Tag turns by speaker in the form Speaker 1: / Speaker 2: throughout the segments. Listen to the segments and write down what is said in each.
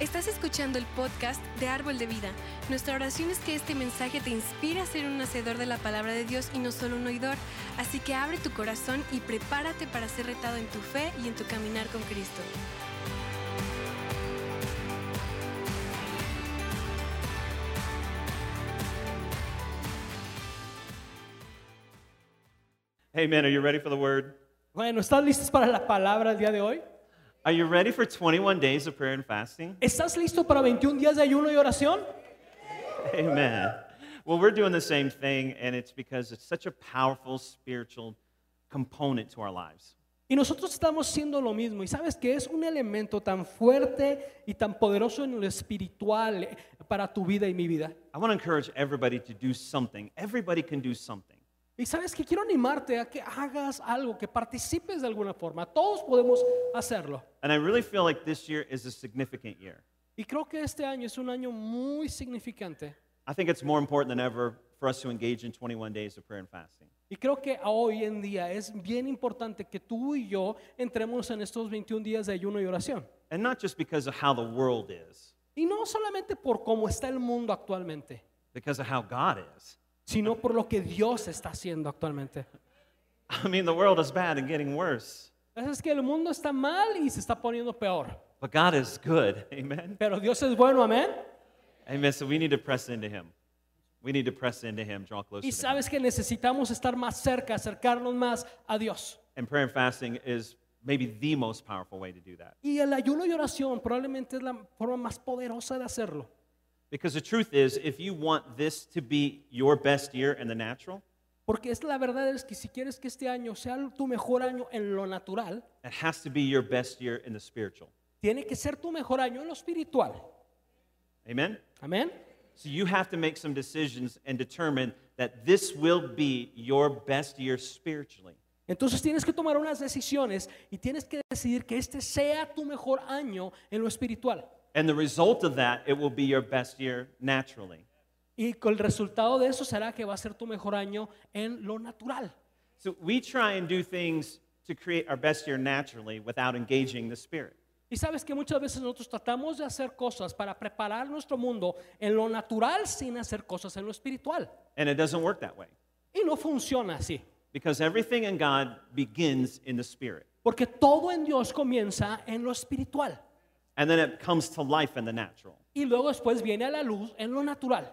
Speaker 1: Estás escuchando el podcast de Árbol de Vida. Nuestra oración es que este mensaje te inspire a ser un hacedor de la palabra de Dios y no solo un oidor. Así que abre tu corazón y prepárate para ser retado en tu fe y en tu caminar con Cristo.
Speaker 2: Amen. Are you ready for the word?
Speaker 3: Bueno, ¿están listos para la palabra el día de hoy?
Speaker 2: Are you ready for 21 days of prayer and fasting?
Speaker 3: ¿Estás listo para 21 días de ayuno y oración?
Speaker 2: Amen. Well, we're doing the same thing, and it's because it's such a powerful spiritual component to our lives.
Speaker 3: Y nosotros estamos siendo lo mismo. Y sabes que es un elemento tan fuerte y tan poderoso en lo espiritual eh, para tu vida y mi vida.
Speaker 2: I want to encourage everybody to do something. Everybody can do something.
Speaker 3: Y sabes que quiero animarte a que hagas algo, que participes de alguna forma. Todos podemos hacerlo.
Speaker 2: And I really feel like this year is a significant year.
Speaker 3: Y creo que este año es un año muy significante.
Speaker 2: I think it's more important than ever for us to engage in 21 days of prayer and fasting.
Speaker 3: Y creo que hoy en día es bien importante que tú y yo entremos en estos 21 días de ayuno y oración.
Speaker 2: And not just because of how the world is,
Speaker 3: Y no solamente por cómo está el mundo actualmente,
Speaker 2: because of how God is.
Speaker 3: sino por lo que Dios está haciendo actualmente.
Speaker 2: I mean, the world is bad and getting worse,
Speaker 3: Pues Es que el mundo está mal y se está poniendo peor.
Speaker 2: but God is good. Amen.
Speaker 3: Pero Dios es bueno, amén.
Speaker 2: Amen. So we need to press into Him. We need to press into Him, draw closer
Speaker 3: Y
Speaker 2: to Him.
Speaker 3: sabes que necesitamos estar más cerca, acercarnos más a Dios.
Speaker 2: And prayer and fasting is maybe the most powerful way to do that.
Speaker 3: Y el ayuno y oración probablemente es la forma más poderosa de hacerlo.
Speaker 2: Because the truth is, if you want this to be your best year in the natural,
Speaker 3: Porque es la verdad es que si quieres que este año sea tu mejor año en lo natural,
Speaker 2: it has to be your best year in the spiritual.
Speaker 3: tiene que ser tu mejor año en lo espiritual.
Speaker 2: Amen?
Speaker 3: Amén.
Speaker 2: So you have to make some decisions and determine that this will be your best year spiritually.
Speaker 3: Entonces tienes que tomar unas decisiones y tienes que decidir que este sea tu mejor año en lo espiritual.
Speaker 2: And the result of that, it will be your best year naturally.
Speaker 3: Y con el resultado de eso será que va a ser tu mejor año en lo natural.
Speaker 2: So we try and do things to create our best year naturally without engaging the spirit.
Speaker 3: Y sabes que muchas veces nosotros tratamos de hacer cosas para preparar nuestro mundo en lo natural sin hacer cosas en lo espiritual.
Speaker 2: And it doesn't work that way.
Speaker 3: Y no funciona así.
Speaker 2: Because everything in God begins in the Spirit,
Speaker 3: Porque todo en Dios comienza en lo espiritual.
Speaker 2: and then it comes to life in the natural.
Speaker 3: Y luego después viene a la luz en lo natural.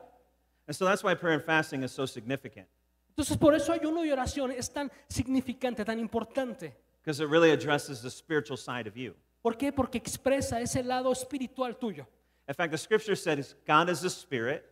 Speaker 2: And so that's why prayer and fasting is so significant,
Speaker 3: Entonces por eso ayuno y oración es tan significante, tan importante.
Speaker 2: because it really addresses the spiritual side of you.
Speaker 3: ¿Por qué? Porque expresa ese lado espiritual tuyo.
Speaker 2: In fact, the scripture says God is the Spirit,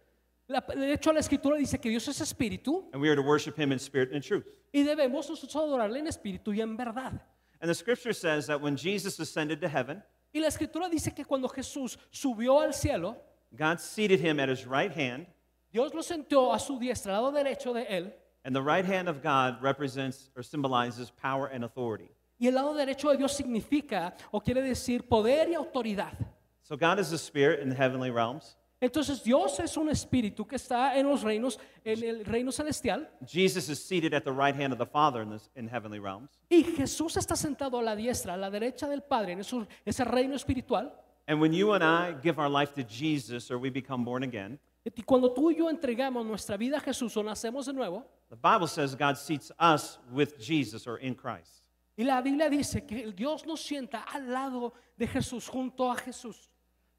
Speaker 3: La- de hecho, la escritura dice que Dios es espíritu
Speaker 2: and we are to worship Him in spirit and in truth.
Speaker 3: y debemos nosotros adorarle en espíritu y en verdad.
Speaker 2: And the scripture says that when Jesus ascended to heaven,
Speaker 3: Y la escritura dice que cuando Jesús subió al cielo,
Speaker 2: God seated Him at His right hand,
Speaker 3: Dios lo sentó a su diestra, al lado derecho de él,
Speaker 2: and the right hand of God represents or symbolizes power and authority.
Speaker 3: y el lado derecho de Dios significa o quiere decir poder y autoridad.
Speaker 2: So God is the Spirit in the heavenly realms.
Speaker 3: Entonces Dios es un espíritu que está en los reinos, en el reino celestial,
Speaker 2: Jesus is seated at the right hand of the Father in, this, in heavenly realms.
Speaker 3: y Jesús está sentado a la diestra, a la derecha del Padre, en esos- ese reino espiritual.
Speaker 2: And when you and I give our life to Jesus or we become born again,
Speaker 3: Y cuando tú y yo entregamos nuestra vida a Jesús o nacemos de nuevo,
Speaker 2: the Bible says God seats us with Jesus or in Christ.
Speaker 3: y la Biblia dice que el Dios nos sienta al lado de Jesús, junto a Jesús.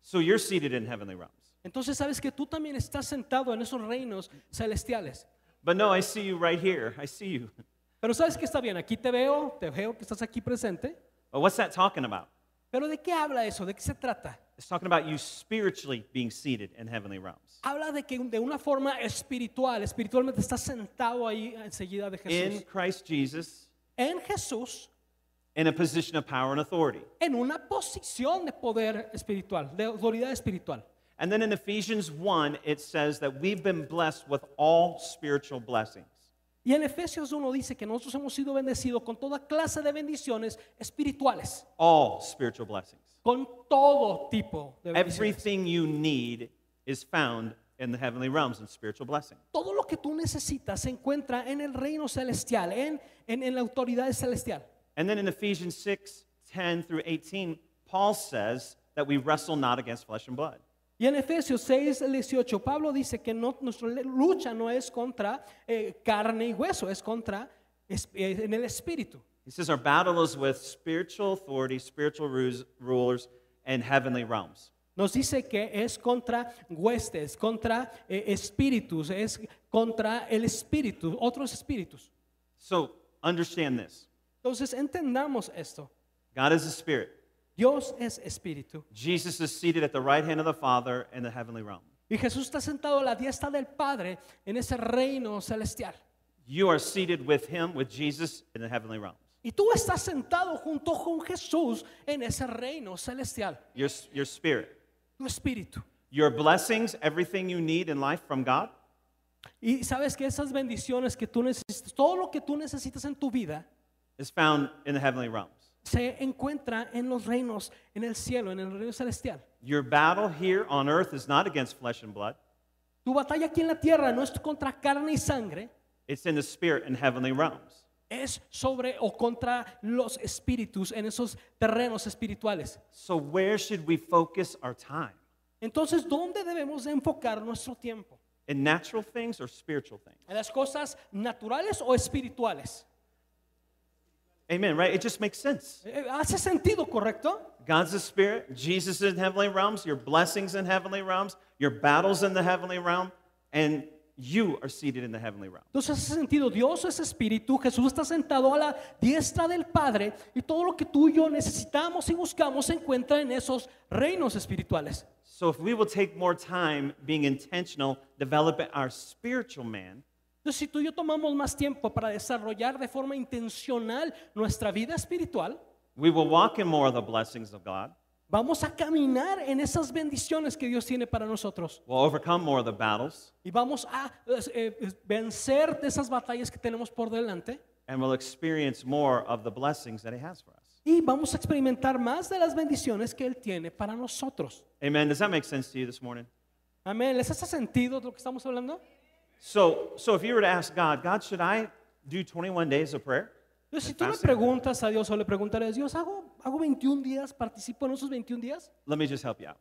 Speaker 2: So you're seated in heavenly realms.
Speaker 3: Entonces sabes que tú también estás sentado en esos reinos celestiales.
Speaker 2: But no, I see you right here. I see you.
Speaker 3: Pero sabes que está bien, aquí te veo, te veo que estás aquí presente.
Speaker 2: But what's that talking about?
Speaker 3: Pero ¿de qué habla eso? ¿De qué se trata?
Speaker 2: It's talking about you spiritually being seated in heavenly realms
Speaker 3: Habla de que de una forma espiritual, espiritualmente estás sentado ahí enseguida de
Speaker 2: in
Speaker 3: Jesús.
Speaker 2: Christ Jesus
Speaker 3: En Jesús,
Speaker 2: in a position of power and authority.
Speaker 3: en una posición de poder espiritual, de autoridad espiritual.
Speaker 2: And then in Ephesians 1, it says that we've been blessed with all spiritual blessings.
Speaker 3: Y en Efesios 1 dice que nosotros hemos sido bendecidos con toda clase de bendiciones espirituales,
Speaker 2: All spiritual blessings.
Speaker 3: con todo tipo de bendiciones.
Speaker 2: Everything you need is found in the heavenly realms in spiritual blessing.
Speaker 3: Todo lo que tú necesitas se encuentra en el reino celestial, en, en, en la autoridad celestial.
Speaker 2: And then in Ephesians 6 10 through 18, Paul says that we wrestle not against flesh and blood.
Speaker 3: Y en Efesios 6, el 18, Pablo dice que no, nuestra le- lucha no es contra eh, carne y hueso, es contra es- eh, en el espíritu.
Speaker 2: He says our battle is with spiritual authority, spiritual rus- rulers, and heavenly realms.
Speaker 3: Nos dice que es contra huestes, contra eh, espíritus, es contra el espíritu, otros espíritus.
Speaker 2: So understand this
Speaker 3: Entonces entendamos esto.
Speaker 2: God is a spirit.
Speaker 3: Dios es espíritu.
Speaker 2: Jesus is seated at the right hand of the Father in the heavenly realm.
Speaker 3: Y Jesús está sentado a la diestra del Padre en ese reino celestial.
Speaker 2: You are seated with him, with Jesus, in the heavenly realms.
Speaker 3: Y tú estás sentado junto con Jesús en ese reino celestial,
Speaker 2: Your, s- your spirit.
Speaker 3: tu espíritu.
Speaker 2: Your blessings, everything you need in life from God,
Speaker 3: Y sabes que esas bendiciones que tú necesitas, todo lo que tú necesitas en tu vida,
Speaker 2: is found in the heavenly realms.
Speaker 3: se encuentra en los reinos, en el cielo, en el reino celestial.
Speaker 2: Your battle here on earth is not against flesh and blood,
Speaker 3: Tu batalla aquí en la tierra no es contra carne y sangre,
Speaker 2: it's in the spirit and heavenly realms.
Speaker 3: es sobre o contra los espíritus en esos terrenos espirituales.
Speaker 2: So, where should we focus our time?
Speaker 3: Entonces, ¿dónde debemos de enfocar nuestro tiempo?
Speaker 2: In natural things or spiritual things?
Speaker 3: ¿En las cosas naturales o espirituales?
Speaker 2: Amen, right? It just makes sense.
Speaker 3: Eh, ¿Hace sentido, correcto?
Speaker 2: God's the spirit, Jesus is in heavenly realms, your blessings in heavenly realms, your battles in the heavenly realm, and you are seated in the heavenly realm.
Speaker 3: Entonces hace sentido, Dios es espíritu, Jesús está sentado a la diestra del Padre y todo lo que tú y yo necesitamos y buscamos se encuentra en esos reinos espirituales.
Speaker 2: So if we will take more time being intentional, developing our spiritual man,
Speaker 3: Entonces si tú y yo tomamos más tiempo para desarrollar de forma intencional nuestra vida espiritual,
Speaker 2: we will walk in more of the blessings of God.
Speaker 3: vamos a caminar en esas bendiciones que Dios tiene para nosotros
Speaker 2: We'll overcome more of the battles,
Speaker 3: y vamos a es- eh, es- vencer de esas batallas que tenemos por delante.
Speaker 2: and we'll experience more of the blessings that He has for us.
Speaker 3: Y vamos a experimentar más de las bendiciones que Él tiene para nosotros.
Speaker 2: Amen. Does that make sense to you this morning?
Speaker 3: Amén. ¿Les hace sentido lo que estamos hablando?
Speaker 2: So, so if you were to ask God, God, should I do 21 days of prayer?
Speaker 3: Entonces, si
Speaker 2: and
Speaker 3: tú le
Speaker 2: fasting?"
Speaker 3: preguntas a Dios o le preguntas a Dios, ¿hago, hago 21 días? ¿Participo en esos 21 días?
Speaker 2: Let me just help you out.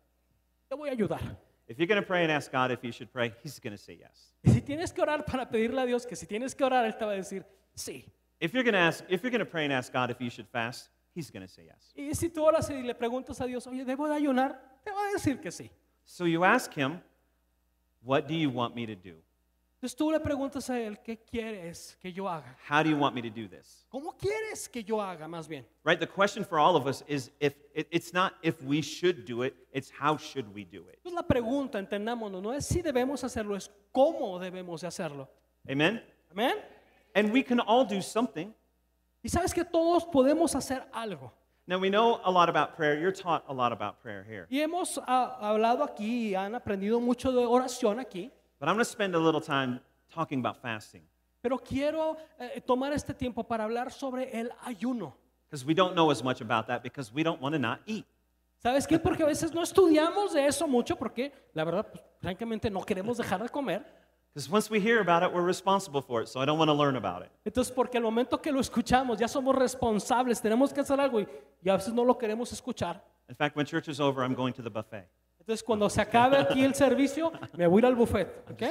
Speaker 3: Te voy a ayudar.
Speaker 2: If you're going to pray and ask God if you should pray, He's going to say yes.
Speaker 3: Y si tienes que orar para pedirle a Dios que si tienes que orar, Él te va a decir sí.
Speaker 2: If you're going to ask, if you're going to pray and ask God if you should fast, He's going to say yes.
Speaker 3: Y si tú oras y le preguntas a Dios, oye, ¿debo de ayunar? Te va a decir que sí.
Speaker 2: So you ask Him, "What do you want me to do?
Speaker 3: Entonces tú le preguntas a Él, ¿qué quieres que yo haga?
Speaker 2: How do you want me to do this?"
Speaker 3: ¿Cómo quieres que yo haga más bien?
Speaker 2: Right? The question for all of us is if it, it's not if we should do it, it's how should we do it.
Speaker 3: Entonces la pregunta, entendámonos, no es si debemos hacerlo, es cómo debemos de hacerlo.
Speaker 2: Amen.
Speaker 3: Amén.
Speaker 2: And we can all do something.
Speaker 3: Y sabes que todos podemos hacer algo.
Speaker 2: Now we know a lot about prayer. You're taught a lot about prayer here.
Speaker 3: Y hemos ah, hablado aquí, y han aprendido mucho de oración aquí,
Speaker 2: But I'm going to spend a little time talking about fasting
Speaker 3: pero quiero eh, tomar este tiempo para hablar sobre el ayuno.
Speaker 2: because we don't know as much about that because we don't want to not eat.
Speaker 3: ¿Sabes qué? Porque a veces no estudiamos de eso mucho porque la verdad, pues, francamente, no queremos dejar de comer.
Speaker 2: Because once we hear about it, we're responsible for it. So I don't want to learn about it.
Speaker 3: Entonces, porque al momento que lo escuchamos, ya somos responsables, tenemos que hacer algo y, y a veces no lo queremos escuchar.
Speaker 2: In fact, when church is over, I'm going to the buffet.
Speaker 3: Entonces, cuando se acabe aquí el servicio, me voy a ir al buffet, ¿ok?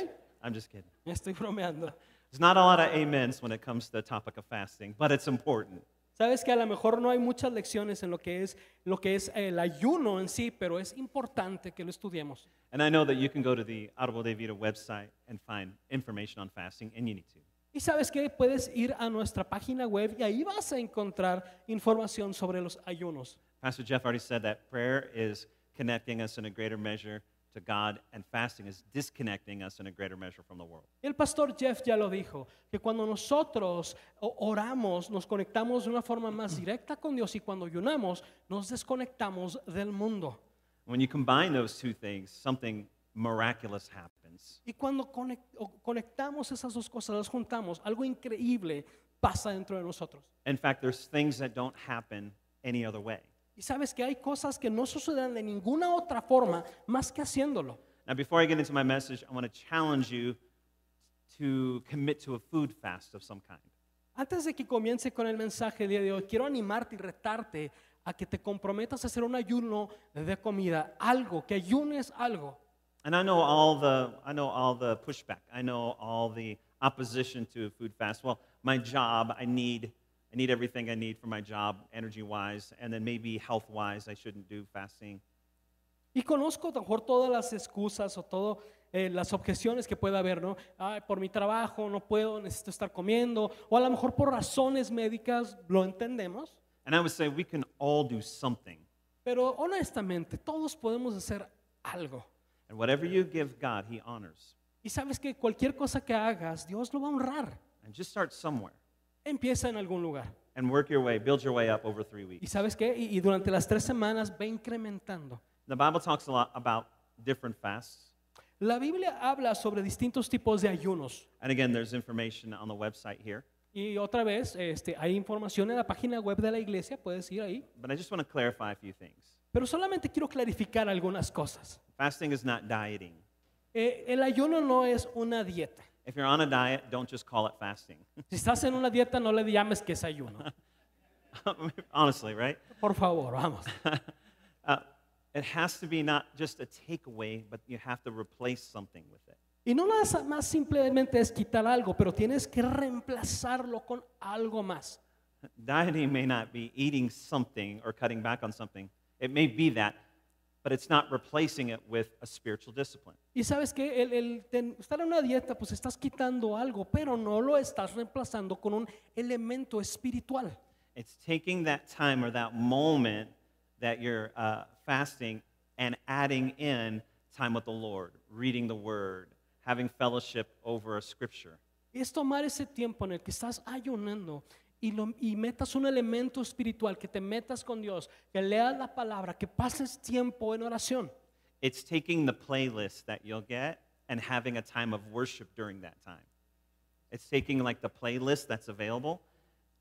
Speaker 2: I'm just kidding.
Speaker 3: Estoy bromeando.
Speaker 2: There's not a lot of amens when it comes to the topic of fasting, but it's important.
Speaker 3: Sabes que a lo mejor no hay muchas lecciones en lo que es lo que es el ayuno en sí, pero es importante que lo estudiemos.
Speaker 2: And I know that you can go to the Audible De Vida website and find information on fasting, and you need to.
Speaker 3: Y sabes que puedes ir a nuestra página web y ahí vas a encontrar información sobre los ayunos.
Speaker 2: Pastor Jeff already said that prayer is connecting us in a greater measure to God, and fasting is disconnecting us in a greater measure from the world.
Speaker 3: El pastor Jeff ya lo dijo, que cuando nosotros o- oramos nos conectamos de una forma más directa con Dios y cuando ayunamos nos desconectamos del mundo.
Speaker 2: When you combine those two things, something miraculous happens.
Speaker 3: Y cuando conec- o- conectamos esas dos cosas, las juntamos, algo increíble pasa dentro de nosotros.
Speaker 2: In fact, there's things that don't happen any other way.
Speaker 3: Y sabes que hay cosas que no suceden de ninguna otra forma más que haciéndolo.
Speaker 2: Now, before I get into my message, I want to challenge you to commit to a food fast of some kind.
Speaker 3: Antes de que comience con el mensaje del día de hoy, quiero animarte y retarte a que te comprometas a hacer un ayuno de comida, algo, que ayunes algo.
Speaker 2: And I know all the I know all the pushback. I know all the opposition to a food fast. Well, my job, I need I need everything I need for my job, energy wise, and then maybe health wise, I shouldn't do fasting.
Speaker 3: Y conozco a lo mejor todas las excusas o todas las objeciones que pueda haber, ¿no? Ay, por mi trabajo no puedo, necesito estar comiendo, o a lo mejor por razones médicas lo entendemos,
Speaker 2: And I would say we can all do something.
Speaker 3: pero honestamente todos podemos hacer algo.
Speaker 2: And whatever you give God, He honors.
Speaker 3: Y sabes que cualquier cosa que hagas, Dios lo va a honrar.
Speaker 2: And just start somewhere
Speaker 3: Empieza en algún lugar.
Speaker 2: and work your way, build your way up over three
Speaker 3: Y
Speaker 2: weeks.
Speaker 3: sabes qué, y, y durante las tres semanas va incrementando.
Speaker 2: The Bible talks a lot about different fasts.
Speaker 3: La Biblia habla sobre distintos tipos de ayunos.
Speaker 2: And again, there's information on the website here.
Speaker 3: Y otra vez, este, hay información en la página web de la iglesia, puedes ir ahí.
Speaker 2: But I just want to clarify a few things.
Speaker 3: Pero solamente quiero clarificar algunas cosas.
Speaker 2: Fasting is not dieting.
Speaker 3: Eh, el ayuno no es una dieta.
Speaker 2: If you're on a diet, don't just call it fasting.
Speaker 3: Si estás en una dieta, no le llames que es ayuno.
Speaker 2: Honestly, right?
Speaker 3: Por favor, vamos.
Speaker 2: Uh, it has to be not just a takeaway, but you have to replace something with it.
Speaker 3: Y no nada más simplemente es quitar algo, pero tienes que reemplazarlo con algo más.
Speaker 2: Dieting may not be eating something or cutting back on something. It may be that, but it's not replacing it with a spiritual discipline.
Speaker 3: Y sabes que el, el ten- estar en una dieta, pues estás quitando algo, pero no lo estás reemplazando con un elemento espiritual.
Speaker 2: It's taking that time or that moment that you're uh, fasting and adding in time with the Lord, reading the Word, having fellowship over a scripture.
Speaker 3: Y es tomar ese tiempo en el que estás ayunando y, lo- y metas un elemento espiritual, que te metas con Dios, que leas la palabra, que pases tiempo en oración.
Speaker 2: It's taking the playlist that you'll get and having a time of worship during that time. It's taking like the playlist that's available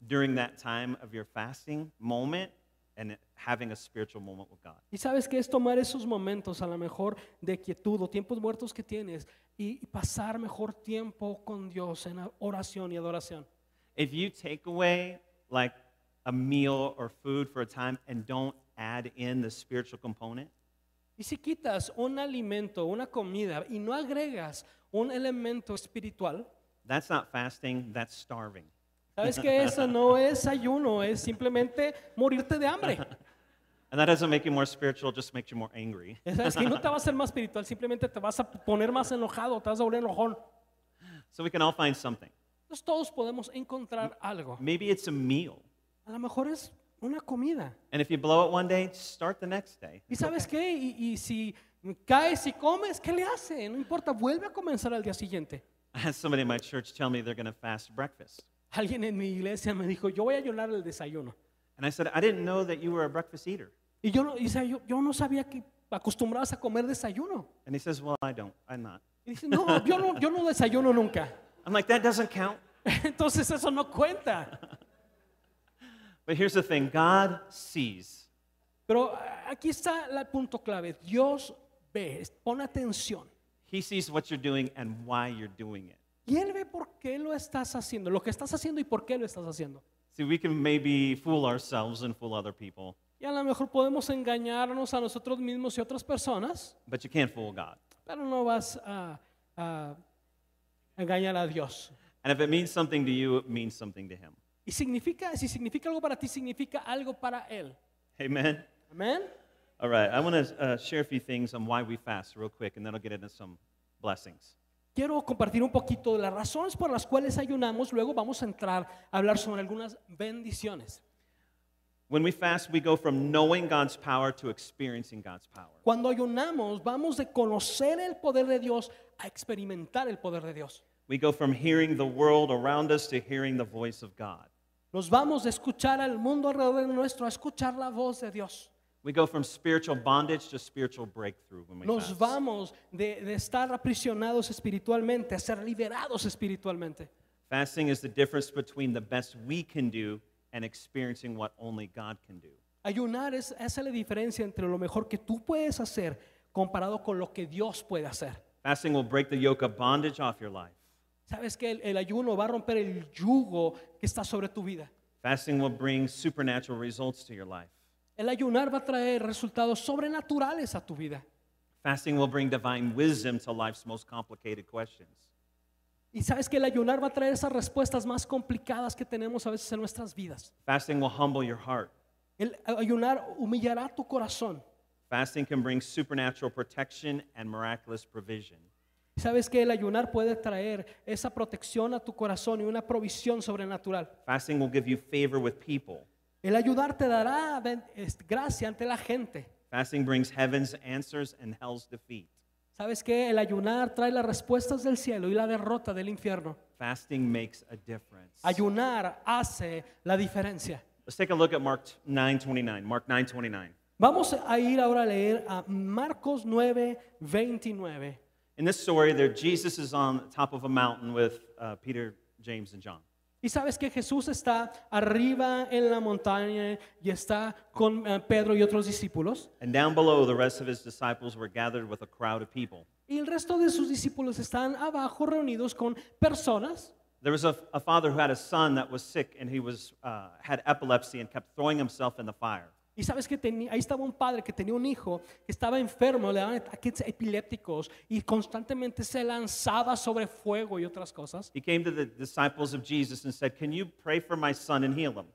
Speaker 2: during that time of your fasting moment and having a spiritual moment with God.
Speaker 3: Y sabes que es tomar esos momentos a lo mejor de quietud o tiempos muertos que tienes y pasar mejor tiempo con Dios en oración y adoración.
Speaker 2: If you take away like a meal or food for a time and don't add in the spiritual component,
Speaker 3: Y si quitas un alimento, una comida y no agregas un elemento espiritual,
Speaker 2: that's not fasting, that's starving.
Speaker 3: sabes que eso no es ayuno, es simplemente morirte de hambre.
Speaker 2: And that doesn't make you more spiritual, it just makes you more angry.
Speaker 3: Sabes que no te va a hacer más espiritual, simplemente te vas a poner más enojado, te vas a volver enojón.
Speaker 2: So we can all find something.
Speaker 3: Entonces todos podemos encontrar algo.
Speaker 2: Maybe it's a meal.
Speaker 3: A lo mejor es una comida.
Speaker 2: And if you blow it one day, start the next day.
Speaker 3: ¿Y sabes qué? Y, y si caes y comes, ¿qué le hace? No importa, vuelve a comenzar al día siguiente.
Speaker 2: I had somebody in my church tell me they're going to fast breakfast.
Speaker 3: Alguien en mi iglesia me dijo, yo voy a ayunar el desayuno.
Speaker 2: And I said, I didn't know that you were a breakfast eater.
Speaker 3: Y yo, no- y sa- yo, yo no sabía que acostumbrabas a comer desayuno.
Speaker 2: And he says, Well, I don't. I'm not.
Speaker 3: Y dice, no, yo no, yo no desayuno nunca.
Speaker 2: I'm like, That doesn't count.
Speaker 3: Entonces eso no cuenta.
Speaker 2: But here's the thing God sees.
Speaker 3: Pero a- aquí está la- el punto clave. Dios ve, es- pon atención.
Speaker 2: He sees what you're doing and why you're doing it.
Speaker 3: Y Él ve por qué lo estás haciendo, lo que estás haciendo y por qué lo estás haciendo.
Speaker 2: See, we can maybe fool ourselves and fool other people,
Speaker 3: Y a lo mejor podemos engañarnos a nosotros mismos y otras personas.
Speaker 2: but you can't fool God.
Speaker 3: pero no vas a, a engañar a Dios.
Speaker 2: And if it means something to you, it means something to Him.
Speaker 3: Y significa, si significa algo para ti, significa algo para Él.
Speaker 2: Amen.
Speaker 3: Amén.
Speaker 2: All right, I want to uh, share a few things on why we fast real quick, and then I'll get into some blessings.
Speaker 3: Quiero compartir un poquito de las razones por las cuales ayunamos, luego vamos a entrar a hablar sobre algunas bendiciones.
Speaker 2: When we fast, we go from knowing God's power to experiencing God's power.
Speaker 3: Cuando ayunamos, vamos de conocer el poder de Dios a experimentar el poder de Dios.
Speaker 2: We go from hearing the world around us to hearing the voice of God.
Speaker 3: Nos vamos de escuchar al mundo alrededor de nuestro a escuchar la voz de Dios.
Speaker 2: We go from spiritual bondage to spiritual breakthrough when we
Speaker 3: Nos
Speaker 2: fast.
Speaker 3: vamos de, de estar aprisionados espiritualmente a ser liberados espiritualmente.
Speaker 2: Fasting is the difference between the best we can do and experiencing what only God can do.
Speaker 3: Ayunar es, esa es la diferencia entre lo mejor que tú puedes hacer comparado con lo que Dios puede hacer.
Speaker 2: Fasting will break the yoke of bondage off your life.
Speaker 3: Sabes que el, el ayuno va a romper el yugo que está sobre tu vida.
Speaker 2: Fasting will bring supernatural results to your life.
Speaker 3: El ayunar va a traer resultados sobrenaturales a tu vida.
Speaker 2: Fasting will bring divine wisdom to life's most complicated questions.
Speaker 3: Y sabes que el ayunar va a traer esas respuestas más complicadas que tenemos a veces en nuestras vidas.
Speaker 2: Fasting will humble your heart.
Speaker 3: El ayunar humillará tu corazón.
Speaker 2: Fasting can bring supernatural protection and miraculous provision.
Speaker 3: Y Sabes que el ayunar puede traer esa protección a tu corazón y una provisión sobrenatural.
Speaker 2: Fasting will give you favor with people.
Speaker 3: El ayudar te dará ven- es- gracia ante la gente.
Speaker 2: Fasting brings heaven's answers and hell's defeat.
Speaker 3: Sabes que el ayunar trae las respuestas del cielo y la derrota del infierno.
Speaker 2: Fasting makes a difference.
Speaker 3: Ayunar hace la diferencia.
Speaker 2: Let's take a look at Mark 9:29. Mark 9:29.
Speaker 3: Vamos a ir ahora a leer a Marcos 9, 29.
Speaker 2: In this story, there Jesus is on the top of a mountain with uh, Peter, James, and John.
Speaker 3: Y sabes que Jesús está arriba en la montaña y está con eh, Pedro y otros discípulos.
Speaker 2: And down below, the rest of his disciples were gathered with a crowd of people.
Speaker 3: Y el resto de sus discípulos están abajo reunidos con personas.
Speaker 2: There was a, a father who had a son that was sick and he was, uh, had epilepsy and kept throwing himself in the fire.
Speaker 3: Y sabes que tenía- ahí estaba un padre que tenía un hijo que estaba enfermo, le daban ataques epilépticos y constantemente se lanzaba sobre fuego y otras cosas.
Speaker 2: He came to the disciples of Jesus and said, Can you pray for my son and heal him?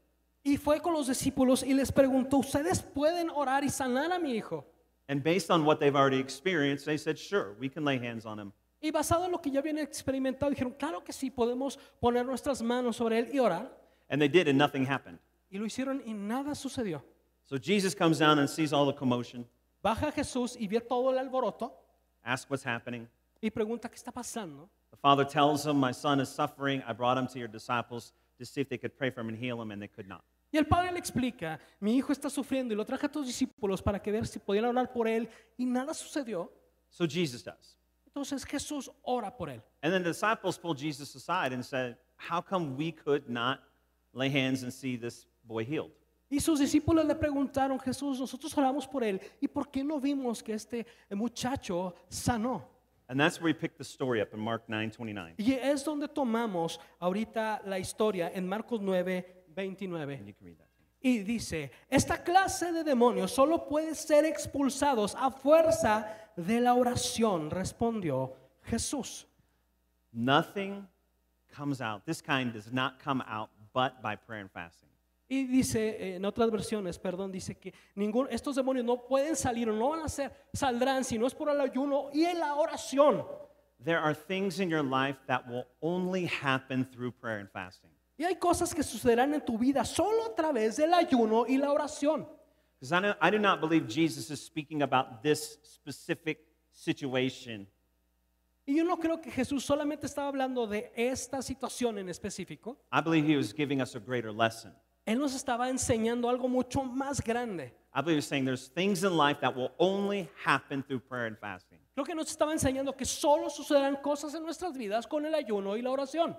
Speaker 3: Y fue con los discípulos y les preguntó, ¿ustedes pueden orar y sanar a mi hijo?
Speaker 2: And based on what they've already experienced, they said, Sure, we can lay hands on him.
Speaker 3: Y basado en lo que ya habían experimentado, dijeron, claro que sí, podemos poner nuestras manos sobre él y orar.
Speaker 2: And they did, and nothing happened.
Speaker 3: Y lo hicieron y nada sucedió.
Speaker 2: So Jesus comes down and sees all the commotion,
Speaker 3: Baja Jesús y ve todo el alboroto
Speaker 2: asks what's happening.
Speaker 3: y pregunta, ¿qué está pasando?
Speaker 2: The father tells him, My son is suffering. I brought him to your disciples to see if they could pray for him and heal him, and they could not.
Speaker 3: Y el padre le explica, mi hijo está sufriendo y lo traje a tus discípulos para que ver si podían orar por él y nada sucedió.
Speaker 2: So Jesus does.
Speaker 3: Entonces Jesús ora por él.
Speaker 2: And then the disciples pulled Jesus aside and said, How come we could not lay hands and see this boy healed?
Speaker 3: Y sus discípulos le preguntaron, Jesús, nosotros oramos por él y ¿por qué no vimos que este muchacho sanó?
Speaker 2: And that's where we pick the story up in Mark 9 29.
Speaker 3: Y es donde tomamos ahorita la historia en Marcos 9, 29.
Speaker 2: And you can read that.
Speaker 3: Y dice, esta clase de demonios solo puede ser expulsados a fuerza de la oración, respondió Jesús.
Speaker 2: Nothing comes out. This kind does not come out but by prayer and fasting.
Speaker 3: Y dice, eh, en otras versiones, perdón, dice que ningún, estos demonios no pueden salir o no van a ser, saldrán si no es por el ayuno y en la oración.
Speaker 2: There are things in your life that will only happen through prayer and fasting.
Speaker 3: Y hay cosas que sucederán en tu vida solo a través del ayuno y la oración.
Speaker 2: Because I, know- I do not believe Jesus is speaking about this specific situation.
Speaker 3: Y yo no creo que Jesús solamente estaba hablando de esta situación en específico.
Speaker 2: I believe he was giving us a greater lesson.
Speaker 3: Él nos estaba enseñando algo mucho más grande.
Speaker 2: I believe he's saying there's things in life that will only happen through prayer and fasting.
Speaker 3: Creo que nos estaba enseñando que solo sucederán cosas en nuestras vidas con el ayuno y la oración.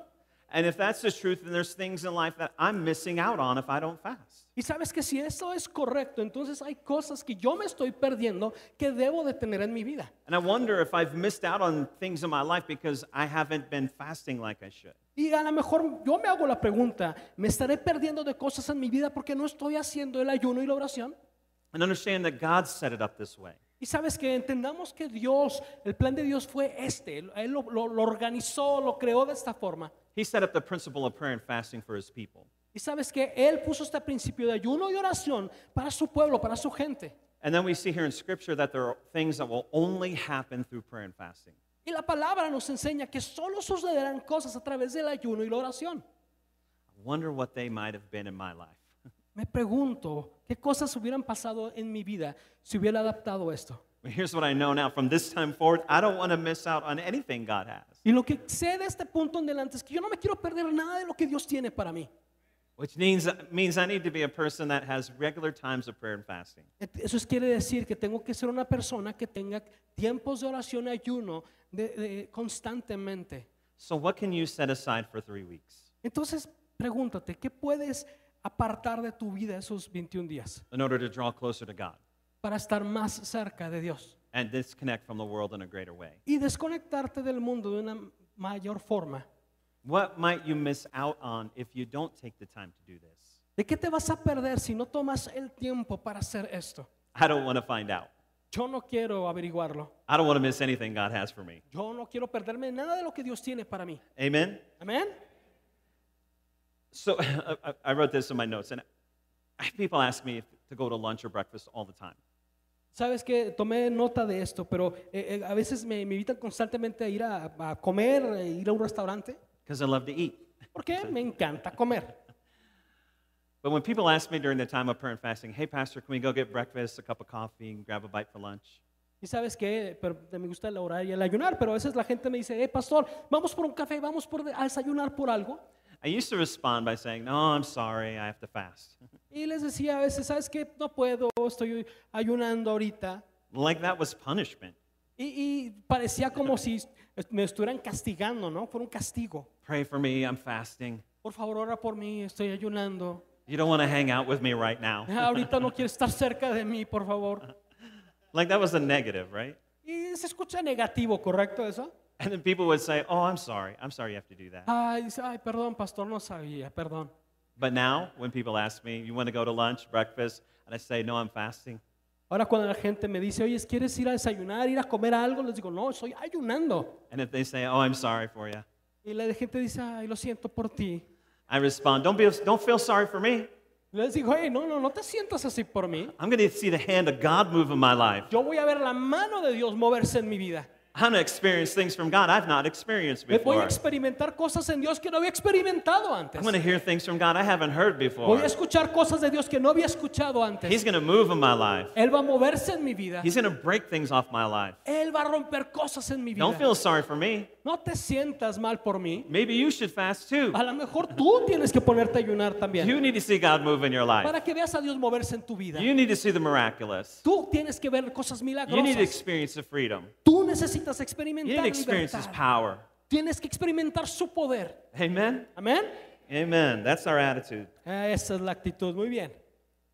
Speaker 2: And if that's the truth, then there's things in life that I'm missing out on if I don't fast.
Speaker 3: Y sabes que si eso es correcto, entonces hay cosas que yo me estoy perdiendo que debo de tener en mi vida.
Speaker 2: And I wonder if I've missed out on things in my life because I haven't been fasting like I should.
Speaker 3: Y a lo mejor yo me hago la pregunta, ¿me estaré perdiendo de cosas en mi vida porque no estoy haciendo el ayuno y la oración?
Speaker 2: And understand that God set it up this way.
Speaker 3: Y sabes que entendamos que Dios, el plan de Dios fue este, Él lo, lo- lo organizó, lo creó de esta forma.
Speaker 2: He set up the principle of prayer and fasting for his people.
Speaker 3: Y sabes que Él puso este principio de ayuno y oración para su pueblo, para su gente.
Speaker 2: And then we see here in Scripture that there are things that will only happen through prayer and fasting.
Speaker 3: Y la palabra nos enseña que solo sucederán cosas a través del ayuno y la oración.
Speaker 2: I wonder what they might have been in my life.
Speaker 3: Me pregunto qué cosas hubieran pasado en mi vida si hubiera adaptado esto.
Speaker 2: But Here's what I know now from this time forward I don't want to miss out on anything God has,
Speaker 3: Y lo que sé de este punto en adelante es que yo no me quiero perder nada de lo que Dios tiene para mí.
Speaker 2: which means, means I need to be a person that has regular times of prayer and fasting.
Speaker 3: Eso es- quiere decir que tengo que ser una persona que tenga tiempos de oración y ayuno de- de- constantemente.
Speaker 2: So, what can you set aside for three weeks?
Speaker 3: Entonces, pregúntate, ¿qué puedes apartar de tu vida esos 21 días
Speaker 2: in order to draw closer to God
Speaker 3: para estar más cerca de Dios
Speaker 2: and disconnect from the world in a greater way?
Speaker 3: y desconectarte del mundo de una mayor forma?
Speaker 2: What might you miss out on if you don't take the time to do this?
Speaker 3: ¿De qué te vas a perder si no tomas el tiempo para hacer esto?
Speaker 2: I don't want to find out.
Speaker 3: Yo no quiero averiguarlo.
Speaker 2: I don't want to miss anything God has for me.
Speaker 3: Yo no quiero perderme nada de lo que Dios tiene para mí.
Speaker 2: Amen?
Speaker 3: Amén.
Speaker 2: So I- I- I wrote this in my notes, and I- people ask me if, to go to lunch or breakfast all the time.
Speaker 3: Sabes que tomé nota de esto, pero eh, eh, a veces me, me invitan constantemente a ir a, a comer, eh, ir a un restaurante,
Speaker 2: because I love to eat.
Speaker 3: porque me encanta comer.
Speaker 2: But when people ask me during the time of prayer and fasting, hey, Pastor, can we go get breakfast, a cup of coffee, and grab a bite for lunch?
Speaker 3: Y sabes que me gusta el orar y el ayunar, pero a veces la gente me dice, hey pastor, vamos por un café, vamos por de- a desayunar por algo.
Speaker 2: I used to respond by saying, no, I'm sorry, I have to fast.
Speaker 3: Y les decía a veces, ¿sabes qué? No puedo, estoy ayunando ahorita.
Speaker 2: like that was punishment.
Speaker 3: Y, y parecía como si est- me estuvieran castigando, ¿no? Por un castigo.
Speaker 2: Pray for me, I'm fasting.
Speaker 3: Por favor, ora por mí, estoy ayunando.
Speaker 2: You don't want to hang out with me right now.
Speaker 3: Ahorita no quiero estar cerca de mí, por favor.
Speaker 2: like that was a negative, right?
Speaker 3: Y se escucha negativo, ¿correcto eso?
Speaker 2: And then people would say, oh, I'm sorry, I'm sorry you have to do that.
Speaker 3: Ay, dice, ay, perdón, pastor, no sabía, perdón.
Speaker 2: But now, when people ask me, you want to go to lunch, breakfast, and I say, no, I'm fasting,
Speaker 3: Ahora cuando la gente me dice, oye, ¿quieres ir a desayunar, ir a comer algo? Les digo, no, estoy ayunando.
Speaker 2: and if they say, oh, I'm sorry for you,
Speaker 3: Y la gente dice, ay, lo siento por ti.
Speaker 2: I respond, don't, be, don't feel sorry for me.
Speaker 3: Les digo, hey, no, no, no te sientas así por mí.
Speaker 2: I'm going to see the hand of God move in my life.
Speaker 3: Yo voy a ver la mano de Dios moverse en mi vida.
Speaker 2: I'm going to experience things from God I've not experienced
Speaker 3: Me voy
Speaker 2: before.
Speaker 3: a experimentar cosas en Dios que no había experimentado antes.
Speaker 2: I'm going to hear things from God I haven't heard
Speaker 3: Voy
Speaker 2: before.
Speaker 3: a escuchar cosas de Dios que no había escuchado antes.
Speaker 2: He's going to move in my life.
Speaker 3: Él va a moverse en mi vida.
Speaker 2: He's going to break things off my life.
Speaker 3: Él va a romper cosas en mi vida.
Speaker 2: Don't feel sorry for me.
Speaker 3: No te sientas mal por mí.
Speaker 2: Maybe you should fast too.
Speaker 3: A lo mejor tú tienes que ponerte a ayunar también.
Speaker 2: You need to see God move in your life.
Speaker 3: Para que veas a Dios moverse en tu vida.
Speaker 2: You need to see the miraculous.
Speaker 3: Tú tienes que ver cosas
Speaker 2: You need to
Speaker 3: milagrosas.
Speaker 2: experience the freedom.
Speaker 3: Tú necesitas
Speaker 2: You need
Speaker 3: experimentar
Speaker 2: to experience His
Speaker 3: libertad.
Speaker 2: power.
Speaker 3: Tienes que experimentar su poder.
Speaker 2: Amen?
Speaker 3: Amén.
Speaker 2: Amen. That's our attitude.
Speaker 3: Ah, Esa es la actitud. Muy bien.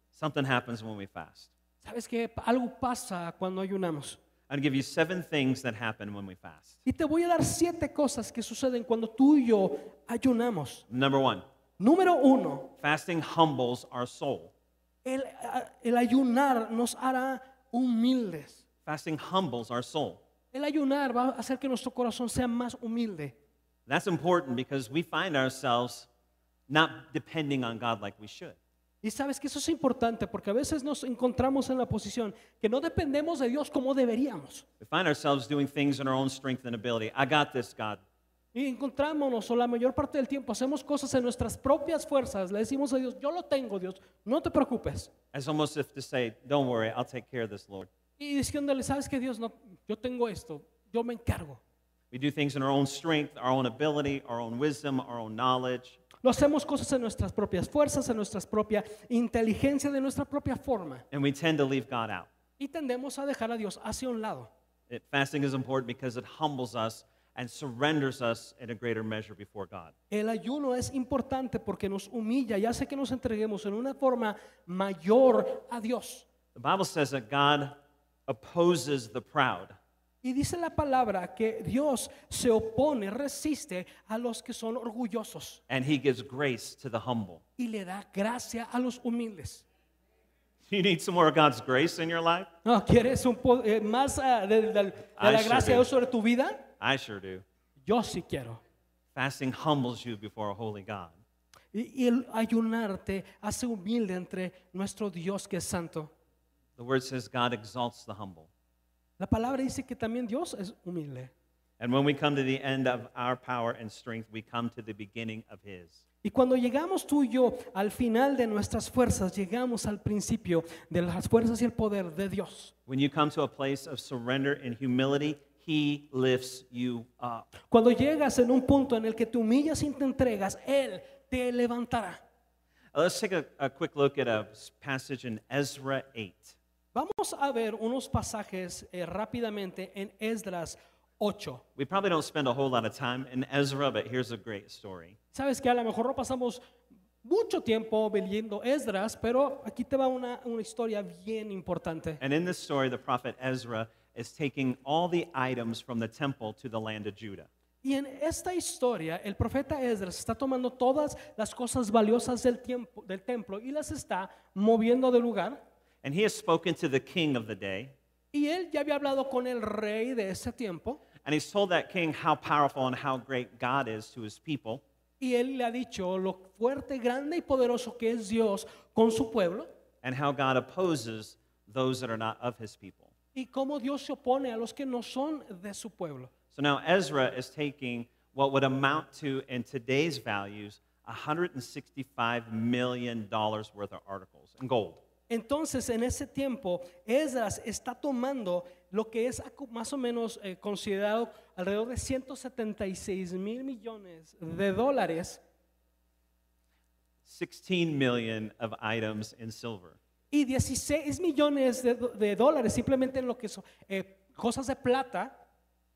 Speaker 2: Something happens when we fast.
Speaker 3: Sabes que algo pasa cuando ayunamos.
Speaker 2: I'm going to give you seven things that happen when we fast.
Speaker 3: Y te voy a dar siete cosas que suceden cuando tú y yo ayunamos.
Speaker 2: Number one,
Speaker 3: Número uno,
Speaker 2: fasting humbles our soul.
Speaker 3: el, el ayunar nos hará humildes.
Speaker 2: Fasting humbles our soul.
Speaker 3: El ayunar va a hacer que nuestro corazón sea más humilde.
Speaker 2: That's important because we find ourselves not depending on God like we should.
Speaker 3: Y sabes que eso es importante porque a veces nos encontramos en la posición que no dependemos de Dios como deberíamos.
Speaker 2: We find ourselves doing things in our own strength and ability. I got this, God.
Speaker 3: Y encontrámonos o la mayor parte del tiempo hacemos cosas en nuestras propias fuerzas. Le decimos a Dios, yo lo tengo Dios, no te preocupes.
Speaker 2: As almost if to say, Don't worry, I'll take care of this, Lord.
Speaker 3: Y diciéndole, sabes que Dios, no, yo tengo esto, yo me encargo.
Speaker 2: We do things in our own strength, our own ability, our own wisdom, our own knowledge.
Speaker 3: No hacemos cosas en nuestras propias fuerzas, en nuestra propia inteligencia, de nuestra propia forma.
Speaker 2: And we tend to leave God out.
Speaker 3: Y tendemos a dejar a Dios hacia un lado.
Speaker 2: It, fasting is important because it humbles us and surrenders us in a greater measure before God.
Speaker 3: El ayuno es importante porque nos humilla y hace que nos entreguemos en una forma mayor a Dios.
Speaker 2: The Bible says that God opposes the proud,
Speaker 3: Y dice la palabra que Dios se opone, resiste a los que son orgullosos
Speaker 2: and he gives grace to the humble.
Speaker 3: y le da gracia a los humildes.
Speaker 2: You need some more of God's grace in your life?
Speaker 3: No, ¿Quieres un po- eh, más ah, de, de- de
Speaker 2: I
Speaker 3: la
Speaker 2: sure
Speaker 3: gracia de
Speaker 2: do.
Speaker 3: Dios sobre tu vida?
Speaker 2: I sure do.
Speaker 3: Yo sí quiero.
Speaker 2: Fasting humbles you before a holy God.
Speaker 3: Y, y el ayunarte hace humilde entre nuestro Dios que es santo.
Speaker 2: The word says God exalts the humble.
Speaker 3: La palabra dice que también Dios es humilde.
Speaker 2: And when we come to the end of our power and strength, we come to the beginning of His.
Speaker 3: Y cuando llegamos tú y yo al final de nuestras fuerzas, llegamos al principio de las fuerzas y el poder de Dios.
Speaker 2: When you come to a place of surrender and humility, He lifts you up.
Speaker 3: Cuando llegas en un punto en el que te humillas y te entregas, Él te levantará.
Speaker 2: Uh, Let's take a, a quick look at a s- passage in Ezra 8.
Speaker 3: Vamos a ver unos pasajes eh, rápidamente en Esdras 8.
Speaker 2: We probably don't spend a whole lot of time in Ezra, but here's a great story.
Speaker 3: Sabes que a lo mejor no pasamos mucho tiempo leyendo Esdras, pero aquí te va una, una historia bien importante.
Speaker 2: And in this story, the prophet Ezra is taking all the items from the temple to the land of Judah.
Speaker 3: Y en esta historia, el profeta Esdras está tomando todas las cosas valiosas del, tiempo, del templo y las está moviendo de lugar.
Speaker 2: And he has spoken to the king of the day,
Speaker 3: Y él ya había hablado con el rey de ese tiempo
Speaker 2: and he's told that king how powerful and how great God is to his people.
Speaker 3: y él le ha dicho lo fuerte, grande y poderoso que es Dios con su pueblo
Speaker 2: and how God opposes those that are not of his people.
Speaker 3: y cómo Dios se opone a los que no son de su pueblo.
Speaker 2: So now Ezra is taking what would amount to, in today's values, $165 million worth of articles in gold.
Speaker 3: Entonces, en ese tiempo, Esdras está tomando lo que es acu- más o menos eh, considerado alrededor de 176 mil millones de dólares
Speaker 2: 16 million of items in silver.
Speaker 3: y 16 millones de, do- de dólares simplemente en lo que son eh, cosas de plata.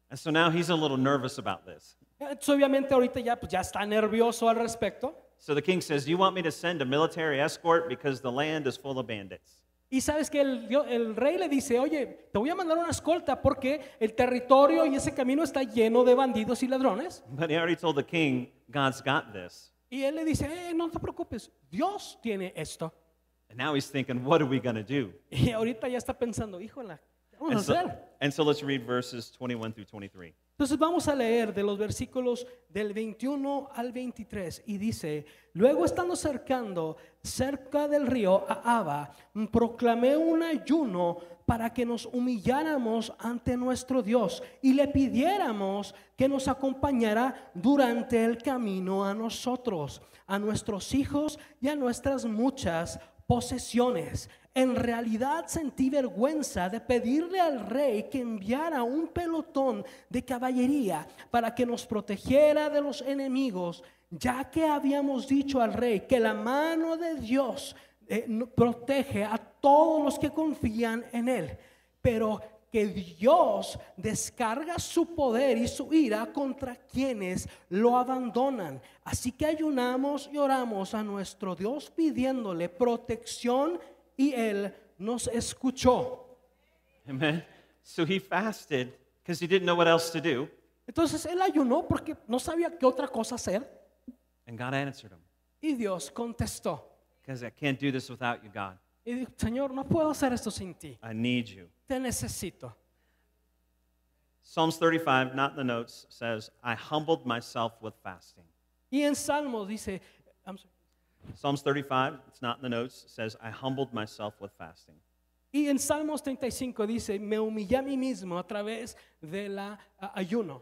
Speaker 2: And so now he's a little nervous about this.
Speaker 3: Entonces, obviamente, ahorita ya, pues, ya está nervioso al respecto.
Speaker 2: So the king says, Do you want me to send a military escort because the land is full of bandits?
Speaker 3: Y sabes que el, dio- el rey le dice, oye, te voy a mandar una escolta porque el territorio y ese camino está lleno de bandidos y ladrones.
Speaker 2: But he already told the king, God's got this.
Speaker 3: Y él le dice, "Eh, no te preocupes, Dios tiene esto.
Speaker 2: And now he's thinking, What are we going to do?
Speaker 3: Y ahorita ya está pensando, híjola, ¿qué
Speaker 2: And
Speaker 3: vamos
Speaker 2: so,
Speaker 3: a hacer?
Speaker 2: and so let's read verses 21 through 23.
Speaker 3: Entonces vamos a leer de los versículos del 21 al 23 y dice, luego estando cercando cerca del río Ahaba, proclamé un ayuno para que nos humilláramos ante nuestro Dios y le pidiéramos que nos acompañara durante el camino a nosotros, a nuestros hijos y a nuestras muchas posesiones. En realidad sentí vergüenza de pedirle al rey que enviara un pelotón de caballería para que nos protegiera de los enemigos, ya que habíamos dicho al rey que la mano de Dios eh, no- protege a todos los que confían en él, pero que Dios descarga su poder y su ira contra quienes lo abandonan. Así que ayunamos y oramos a nuestro Dios pidiéndole protección y Él nos escuchó.
Speaker 2: Amen. So he fasted because he didn't know what else to do,
Speaker 3: Entonces Él ayunó porque no sabía qué otra cosa hacer
Speaker 2: and God answered him
Speaker 3: y Dios contestó.
Speaker 2: because I can't do this without you, God.
Speaker 3: Y dijo, Señor, no puedo hacer esto sin ti,
Speaker 2: I need you.
Speaker 3: te necesito.
Speaker 2: Psalms 35, not in the notes, says, I humbled myself with fasting.
Speaker 3: Y en Salmos dice, I'm sorry.
Speaker 2: Psalms 35, it's not in the notes, says, I humbled myself with fasting.
Speaker 3: Y en Salmos 35 dice, me humillé a mí mismo a través del ayuno.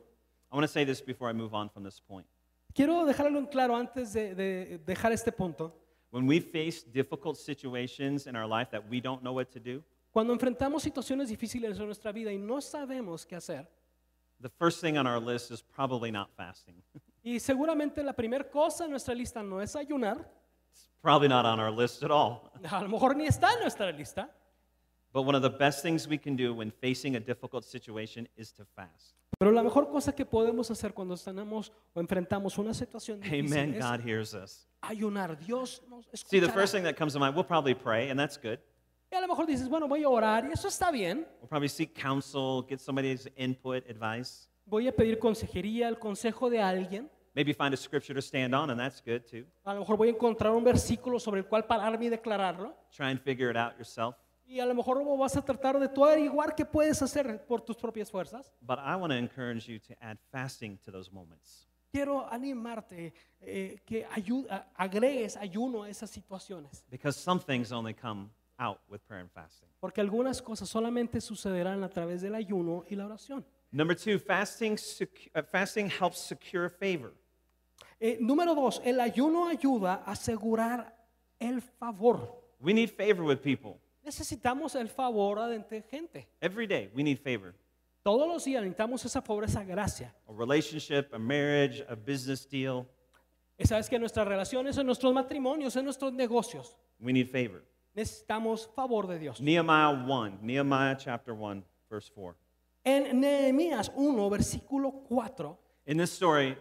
Speaker 2: I want to say this before I move on from this point.
Speaker 3: Quiero dejarlo en claro antes de, de dejar este punto.
Speaker 2: When we face difficult situations in our life that we don't know what to do,
Speaker 3: Cuando enfrentamos situaciones difíciles en nuestra vida y no sabemos qué hacer,
Speaker 2: the first thing on our list is probably not fasting.
Speaker 3: y seguramente la primera cosa en nuestra lista no es ayunar,
Speaker 2: it's probably not on our list at all.
Speaker 3: a lo mejor ni está en nuestra lista,
Speaker 2: But one of the best things we can do when facing a difficult situation is to fast.
Speaker 3: pero la mejor cosa que podemos hacer cuando estamos o enfrentamos una situación difícil
Speaker 2: Amen.
Speaker 3: es
Speaker 2: God hears us.
Speaker 3: Oh, ayunar. Dios nos
Speaker 2: See, the first
Speaker 3: escucha.
Speaker 2: thing that comes to mind, we'll probably pray, and that's good.
Speaker 3: Y a lo mejor dices, bueno, voy a orar y eso está bien.
Speaker 2: We'll probably seek counsel, get somebody's input, advice.
Speaker 3: Voy a pedir consejería, el consejo de alguien.
Speaker 2: Maybe find a scripture to stand on, and that's good too.
Speaker 3: A lo mejor voy a encontrar un versículo sobre el cual pararme y declararlo.
Speaker 2: Try and figure it out yourself.
Speaker 3: Y a lo mejor vos vas a tratar de tú averiguar qué puedes hacer por tus propias fuerzas.
Speaker 2: But I want to encourage you to add fasting to those moments.
Speaker 3: Quiero animarte eh, que ayu- a- agregues ayuno a esas situaciones.
Speaker 2: Because some things only come out with prayer and fasting.
Speaker 3: Porque algunas cosas solamente sucederán a través del ayuno y la oración.
Speaker 2: Number two, fasting, secu- uh, fasting helps secure favor.
Speaker 3: Eh, número dos, el ayuno ayuda a asegurar el favor.
Speaker 2: We need favor with people.
Speaker 3: Necesitamos el favor de gente.
Speaker 2: Every day, we need favor.
Speaker 3: Todos los días necesitamos esa favor, esa gracia.
Speaker 2: a relationship, a marriage, a business deal.
Speaker 3: Y sabes que en nuestras relaciones, en nuestros matrimonios, en nuestros negocios,
Speaker 2: We need favor.
Speaker 3: necesitamos favor de Dios.
Speaker 2: Nehemiah 1, Nehemiah chapter 1, verse 4.
Speaker 3: En Nehemías 1, versículo 4,
Speaker 2: In this story,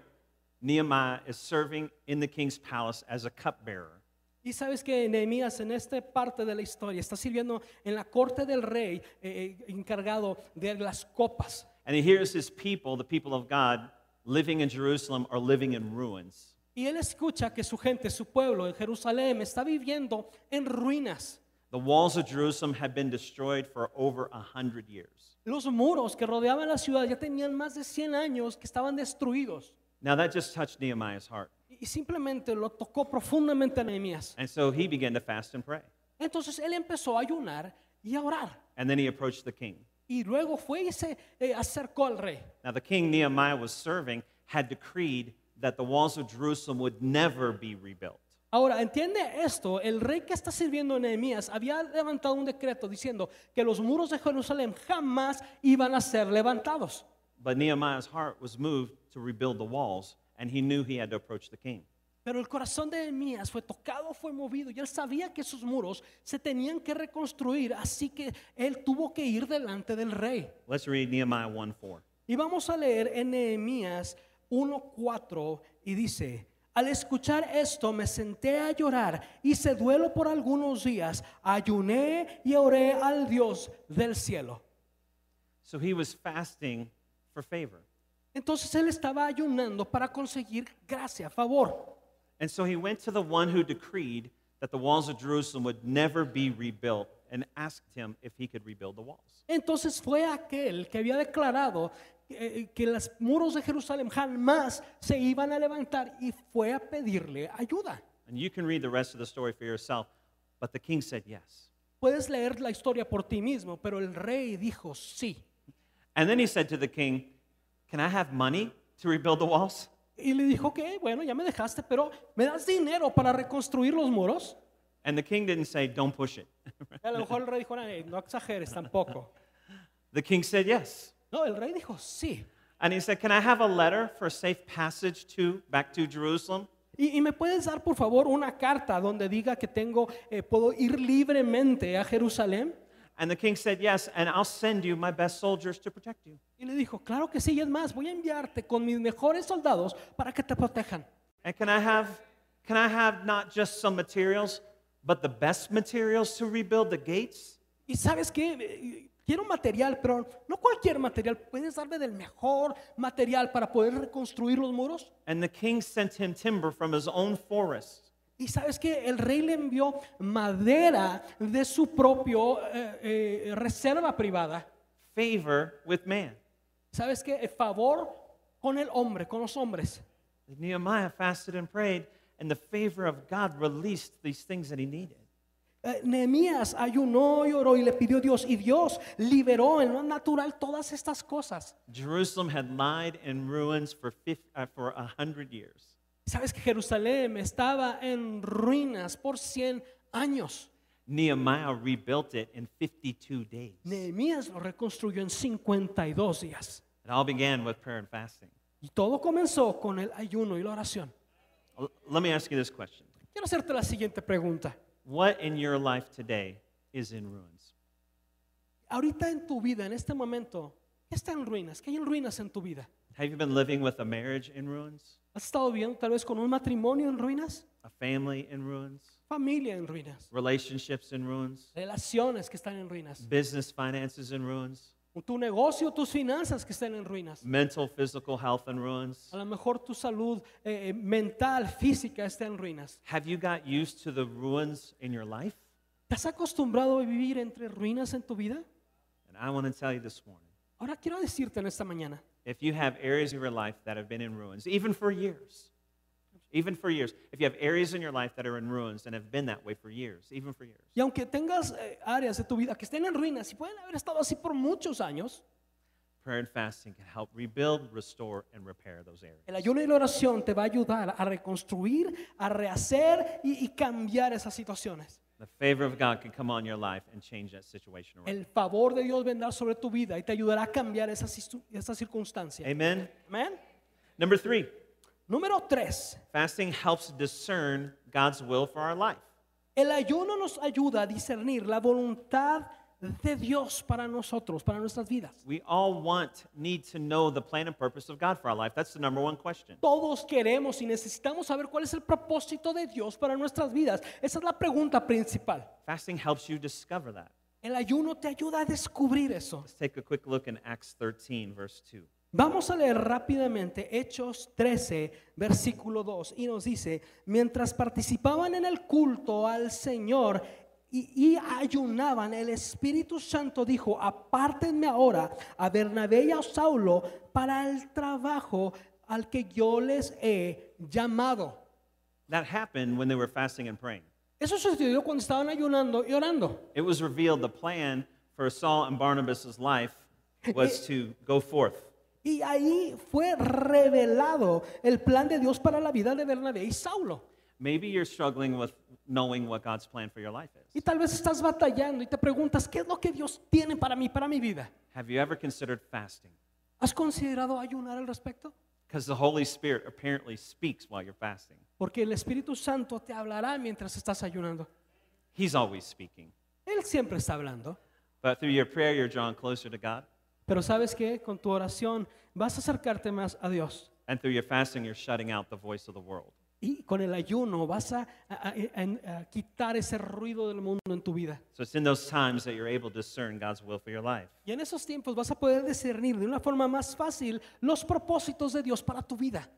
Speaker 2: Nehemiah is serving in the king's palace as a cupbearer.
Speaker 3: y sabes que Nehemías en esta parte de la historia está sirviendo en la corte del rey eh, eh, encargado de las copas.
Speaker 2: And he hears his people, the people of God, living in Jerusalem are living in ruins.
Speaker 3: Y él escucha que su gente, su pueblo en Jerusalén está viviendo en ruinas.
Speaker 2: The walls of Jerusalem had been destroyed for over a hundred years.
Speaker 3: Los muros que rodeaban la ciudad ya tenían más de 100 años que estaban destruidos.
Speaker 2: Now that just touched Nehemiah's heart.
Speaker 3: Y simplemente lo tocó profundamente a Nehemías.
Speaker 2: And so he began to fast and pray.
Speaker 3: Entonces él empezó a ayunar y a orar.
Speaker 2: And then he approached the king.
Speaker 3: Y luego fue y se eh, acercó al rey.
Speaker 2: Now, the king Nehemiah was serving had decreed that the walls of Jerusalem would never be rebuilt.
Speaker 3: Ahora, entiende esto, el rey que está sirviendo a Nehemías había levantado un decreto diciendo que los muros de Jerusalén jamás iban a ser levantados.
Speaker 2: But Nehemiah's heart was moved to rebuild the walls, and he knew he had to approach the king.
Speaker 3: Pero el corazón de Nehemías fue tocado, fue movido, y él sabía que sus muros se tenían que reconstruir, así que él tuvo que ir delante del rey.
Speaker 2: Let's read Nehemiah 1 4.
Speaker 3: Y vamos a leer en Nehemías 1:4 y dice, al escuchar esto me senté a llorar, hice duelo por algunos días, ayuné y oré al Dios del cielo.
Speaker 2: So he was fasting for favor.
Speaker 3: Entonces él estaba ayunando para conseguir gracia, favor.
Speaker 2: And so he went to the one who decreed that the walls of Jerusalem would never be rebuilt and asked him if he could rebuild the walls.
Speaker 3: Entonces fue aquel que había declarado eh, que los muros de Jerusalén jamás se iban a levantar y fue a pedirle ayuda.
Speaker 2: And you can read the rest of the story for yourself. But the king said yes.
Speaker 3: Puedes leer la historia por ti mismo, pero el rey dijo sí.
Speaker 2: And then he said to the king, Can I have money to rebuild the walls?
Speaker 3: Y le dijo que, bueno, ya me dejaste, pero ¿me das dinero para reconstruir los muros?
Speaker 2: And the king didn't say, Don't push it.
Speaker 3: Y a lo mejor el rey dijo, "Ay, no exageres tampoco.
Speaker 2: the king said yes.
Speaker 3: No, el rey dijo sí.
Speaker 2: And he said, Can I have a letter for a safe passage to back to Jerusalem?
Speaker 3: Y, y me puedes dar, por favor, una carta donde diga que tengo, eh, puedo ir libremente a Jerusalén?
Speaker 2: And the king said yes, and I'll send you my best soldiers to protect you.
Speaker 3: Y le dijo, claro que sí, y es más, voy a enviarte con mis mejores soldados para que te protejan.
Speaker 2: And can I have can I have not just some materials, but the best materials to rebuild the gates?
Speaker 3: Y sabes qué, Eh, quiero material, pero no cualquier material, ¿puedes darme del mejor material para poder reconstruir los muros?
Speaker 2: And the king sent him timber from his own forest.
Speaker 3: Y sabes que el rey le envió madera de su propio eh, eh, reserva privada.
Speaker 2: favor with man.
Speaker 3: Sabes que favor con el hombre, con los hombres.
Speaker 2: Nehemiah fasted and prayed, and the favor of God released these things that he needed.
Speaker 3: Eh, Nehemías ayunó y oró y le pidió a Dios y Dios liberó en lo natural todas estas cosas.
Speaker 2: Jerusalem had lied in ruins for fif- uh, for a hundred years.
Speaker 3: Sabes que Jerusalén estaba en ruinas por 100 años.
Speaker 2: Nehemiah rebuilt it in 52 days.
Speaker 3: Nehemías lo reconstruyó en 52 días.
Speaker 2: It all began with prayer and fasting.
Speaker 3: Y todo comenzó con el ayuno y la oración.
Speaker 2: L- Let me ask you this question:
Speaker 3: Quiero hacerte la siguiente pregunta.
Speaker 2: What in your life today is in ruins?
Speaker 3: Ahorita en tu vida, en este momento, ¿qué está en ruinas? ¿Qué hay en ruinas en tu vida?
Speaker 2: Have you been living with a marriage in ruins,
Speaker 3: ¿Has estado viviendo tal vez con un matrimonio en ruinas?
Speaker 2: a family in ruins,
Speaker 3: Familia en ruinas.
Speaker 2: relationships in ruins,
Speaker 3: Relaciones que están en ruinas.
Speaker 2: business finances in ruins,
Speaker 3: Tu negocio, tus finanzas que están en ruinas.
Speaker 2: mental physical health in ruins?
Speaker 3: A lo mejor tu salud eh, mental, física está en ruinas.
Speaker 2: Have you got used to the ruins in your life?
Speaker 3: ¿Te has acostumbrado a vivir entre ruinas en tu vida?
Speaker 2: And I want to tell you this morning
Speaker 3: Ahora quiero decirte en esta mañana,
Speaker 2: if you have areas of your life that have been in ruins, even for years, even for years, if you have areas in your life that are in ruins and have been that way for years, even for years,
Speaker 3: y aunque tengas eh, áreas de tu vida que estén en ruinas y pueden haber estado así por muchos años,
Speaker 2: prayer and fasting can help rebuild, restore, and repair those areas.
Speaker 3: el ayuno y la oración te va a ayudar a reconstruir, a rehacer y- y cambiar esas situaciones.
Speaker 2: The favor of God can come on your life and change that situation around.
Speaker 3: El favor de Dios vendrá sobre tu vida y te ayudará a cambiar esa, sistu- esa circunstancia.
Speaker 2: Amen.
Speaker 3: Amén.
Speaker 2: Number three,
Speaker 3: Número tres,
Speaker 2: fasting helps discern God's will for our life.
Speaker 3: el ayuno nos ayuda a discernir la voluntad de Dios para nosotros, para nuestras vidas.
Speaker 2: We all want, need to know the plan and purpose of God for our life. That's the number one question.
Speaker 3: Todos queremos y necesitamos saber cuál es el propósito de Dios para nuestras vidas. Esa es la pregunta principal.
Speaker 2: Fasting helps you discover that.
Speaker 3: El ayuno te ayuda a descubrir eso.
Speaker 2: Let's take a quick look in Acts 13, verse 2.
Speaker 3: Vamos a leer rápidamente Hechos 13, versículo 2, y nos dice, mientras participaban en el culto al Señor y, y ayunaban, el Espíritu Santo dijo, apártenme ahora a Bernabé y a Saulo para el trabajo al que yo les he llamado.
Speaker 2: That happened when they were fasting and praying.
Speaker 3: Eso sucedió cuando estaban ayunando y orando.
Speaker 2: It was revealed the plan for Saul and Barnabas' life was to go forth.
Speaker 3: Y ahí fue revelado el plan de Dios para la vida de Bernabé y Saulo.
Speaker 2: Maybe you're struggling with knowing what God's plan for your life
Speaker 3: Y
Speaker 2: is.
Speaker 3: tal vez estás batallando y te preguntas, ¿qué es lo que Dios tiene para mí, para mi vida?
Speaker 2: Have you ever considered fasting?
Speaker 3: ¿Has considerado ayunar al respecto?
Speaker 2: Because the Holy Spirit apparently speaks while you're fasting.
Speaker 3: Porque el Espíritu Santo te hablará mientras estás ayunando.
Speaker 2: He's always speaking.
Speaker 3: Él siempre está hablando.
Speaker 2: But through your prayer, you're drawn closer to God.
Speaker 3: Pero sabes que con tu oración vas a acercarte más a Dios.
Speaker 2: And through your fasting, you're shutting out the voice of the world.
Speaker 3: Y con el ayuno vas a, a- a- a- a quitar ese ruido del mundo en tu vida.
Speaker 2: So it's in those times that you're able to discern God's will for your life.
Speaker 3: Y en esos tiempos vas a poder discernir de una forma más fácil los propósitos de Dios para tu vida.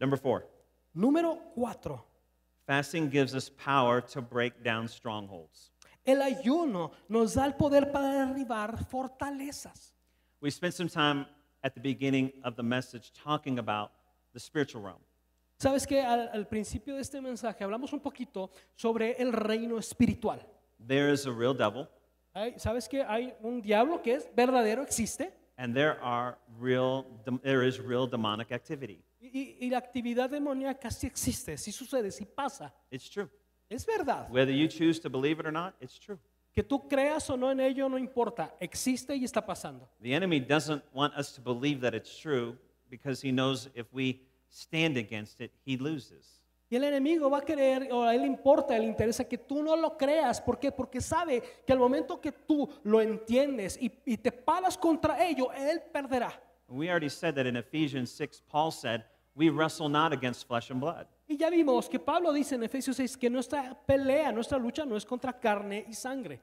Speaker 2: Number four,
Speaker 3: Número cuatro,
Speaker 2: fasting gives us power to break down strongholds.
Speaker 3: el ayuno nos da el poder para derribar fortalezas.
Speaker 2: We spent some time at the beginning of the message talking about the spiritual realm.
Speaker 3: Sabes que al, al principio de este mensaje hablamos un poquito sobre el reino espiritual.
Speaker 2: There is a real devil,
Speaker 3: Hay- Sabes que hay un diablo que es verdadero, existe,
Speaker 2: and there are real there is real demonic activity.
Speaker 3: y, y- y la actividad demoníaca sí existe, sí sucede, sí pasa.
Speaker 2: It's true.
Speaker 3: Es verdad.
Speaker 2: Whether you choose to believe it or not, it's true.
Speaker 3: Que tú creas o no en ello no importa, existe y está pasando.
Speaker 2: The enemy doesn't want us to believe that it's true because he knows if we stand against it, he loses.
Speaker 3: Y el enemigo va a querer, o a él le importa, le interesa que tú no lo creas. ¿Por qué? Porque sabe que al momento que tú lo entiendes y, y te paras contra ello, él perderá.
Speaker 2: And we already said that in Ephesians 6, Paul said, We wrestle not against flesh and blood.
Speaker 3: Y ya vimos que Pablo dice en Efesios 6 que nuestra pelea, nuestra lucha no es contra carne y sangre,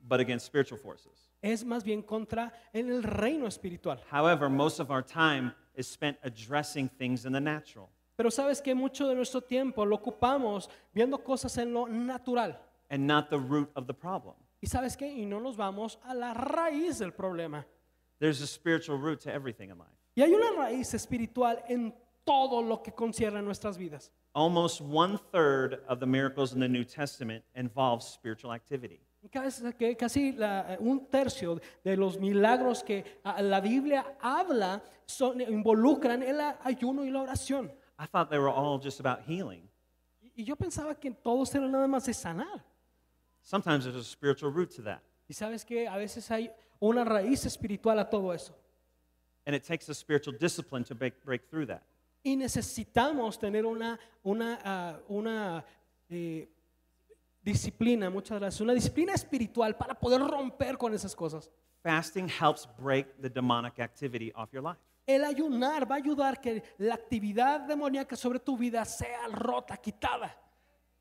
Speaker 2: but against spiritual forces.
Speaker 3: es más bien contra en el reino espiritual.
Speaker 2: However, most of our time is spent addressing things in the natural.
Speaker 3: Pero sabes que mucho de nuestro tiempo lo ocupamos viendo cosas en lo natural.
Speaker 2: and not the root of the problem.
Speaker 3: Y sabes qué, y no nos vamos a la raíz del problema.
Speaker 2: There's a spiritual root to everything in life.
Speaker 3: Y hay una raíz espiritual en todo lo que concierne a nuestras vidas.
Speaker 2: Almost one third of the miracles in the New Testament involve spiritual activity.
Speaker 3: Y Casi, que casi la- eh, un tercio de los milagros que ah, la Biblia habla son, involucran el a- ayuno y la oración.
Speaker 2: I thought they were all just about healing.
Speaker 3: Y, y yo pensaba que todos eran nada más de sanar.
Speaker 2: Sometimes there's a spiritual root to that,
Speaker 3: Y sabes que a veces hay una raíz espiritual a todo eso.
Speaker 2: and it takes a spiritual discipline to break, break through that.
Speaker 3: Y necesitamos tener una, una, ah, una eh, disciplina, muchas gracias, una disciplina espiritual para poder romper con esas cosas.
Speaker 2: Fasting helps break the demonic activity off your life.
Speaker 3: El ayunar va a ayudar que la actividad demoníaca sobre tu vida sea rota, quitada.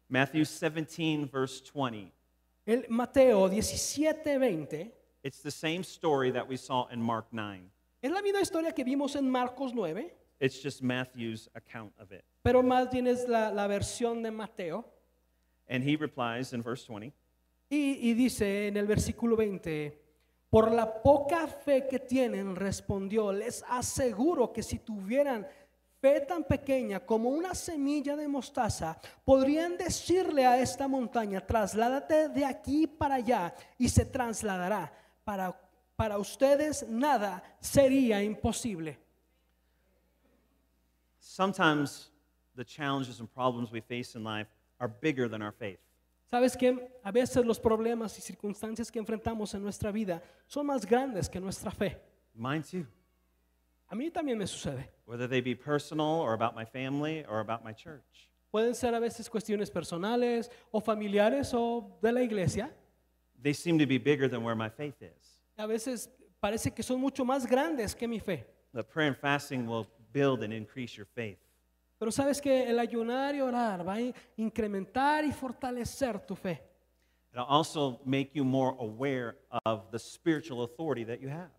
Speaker 2: Matthew 17, verse 20.
Speaker 3: El Mateo 17, 20
Speaker 2: It's the same story that we saw in Mark 9.
Speaker 3: es la misma historia que vimos en Marcos 9,
Speaker 2: It's just Matthew's account of it.
Speaker 3: pero más bien es la, la versión de Mateo.
Speaker 2: And he replies in verse 20.
Speaker 3: Y, y dice en el versículo 20, por la poca fe que tienen, respondió, les aseguro que si tuvieran fe tan pequeña como una semilla de mostaza, podrían decirle a esta montaña, trasládate de aquí para allá y se trasladará. Para, para ustedes nada sería imposible.
Speaker 2: Sometimes the challenges and problems we face in life are bigger than our faith.
Speaker 3: ¿Sabes que A veces los problemas y circunstancias que enfrentamos en nuestra vida son más grandes que nuestra fe.
Speaker 2: Mine too.
Speaker 3: A mí también me sucede.
Speaker 2: Whether they be personal or about my family or about my church.
Speaker 3: Pueden ser a veces cuestiones personales o familiares o de la iglesia.
Speaker 2: They seem to be bigger than where my faith is.
Speaker 3: A veces parece que son mucho más grandes que mi fe.
Speaker 2: But prayer and fasting will build and increase your faith.
Speaker 3: Pero sabes que el ayunar y orar va a incrementar y fortalecer tu fe.
Speaker 2: It'll also make you more aware of the spiritual authority that you have.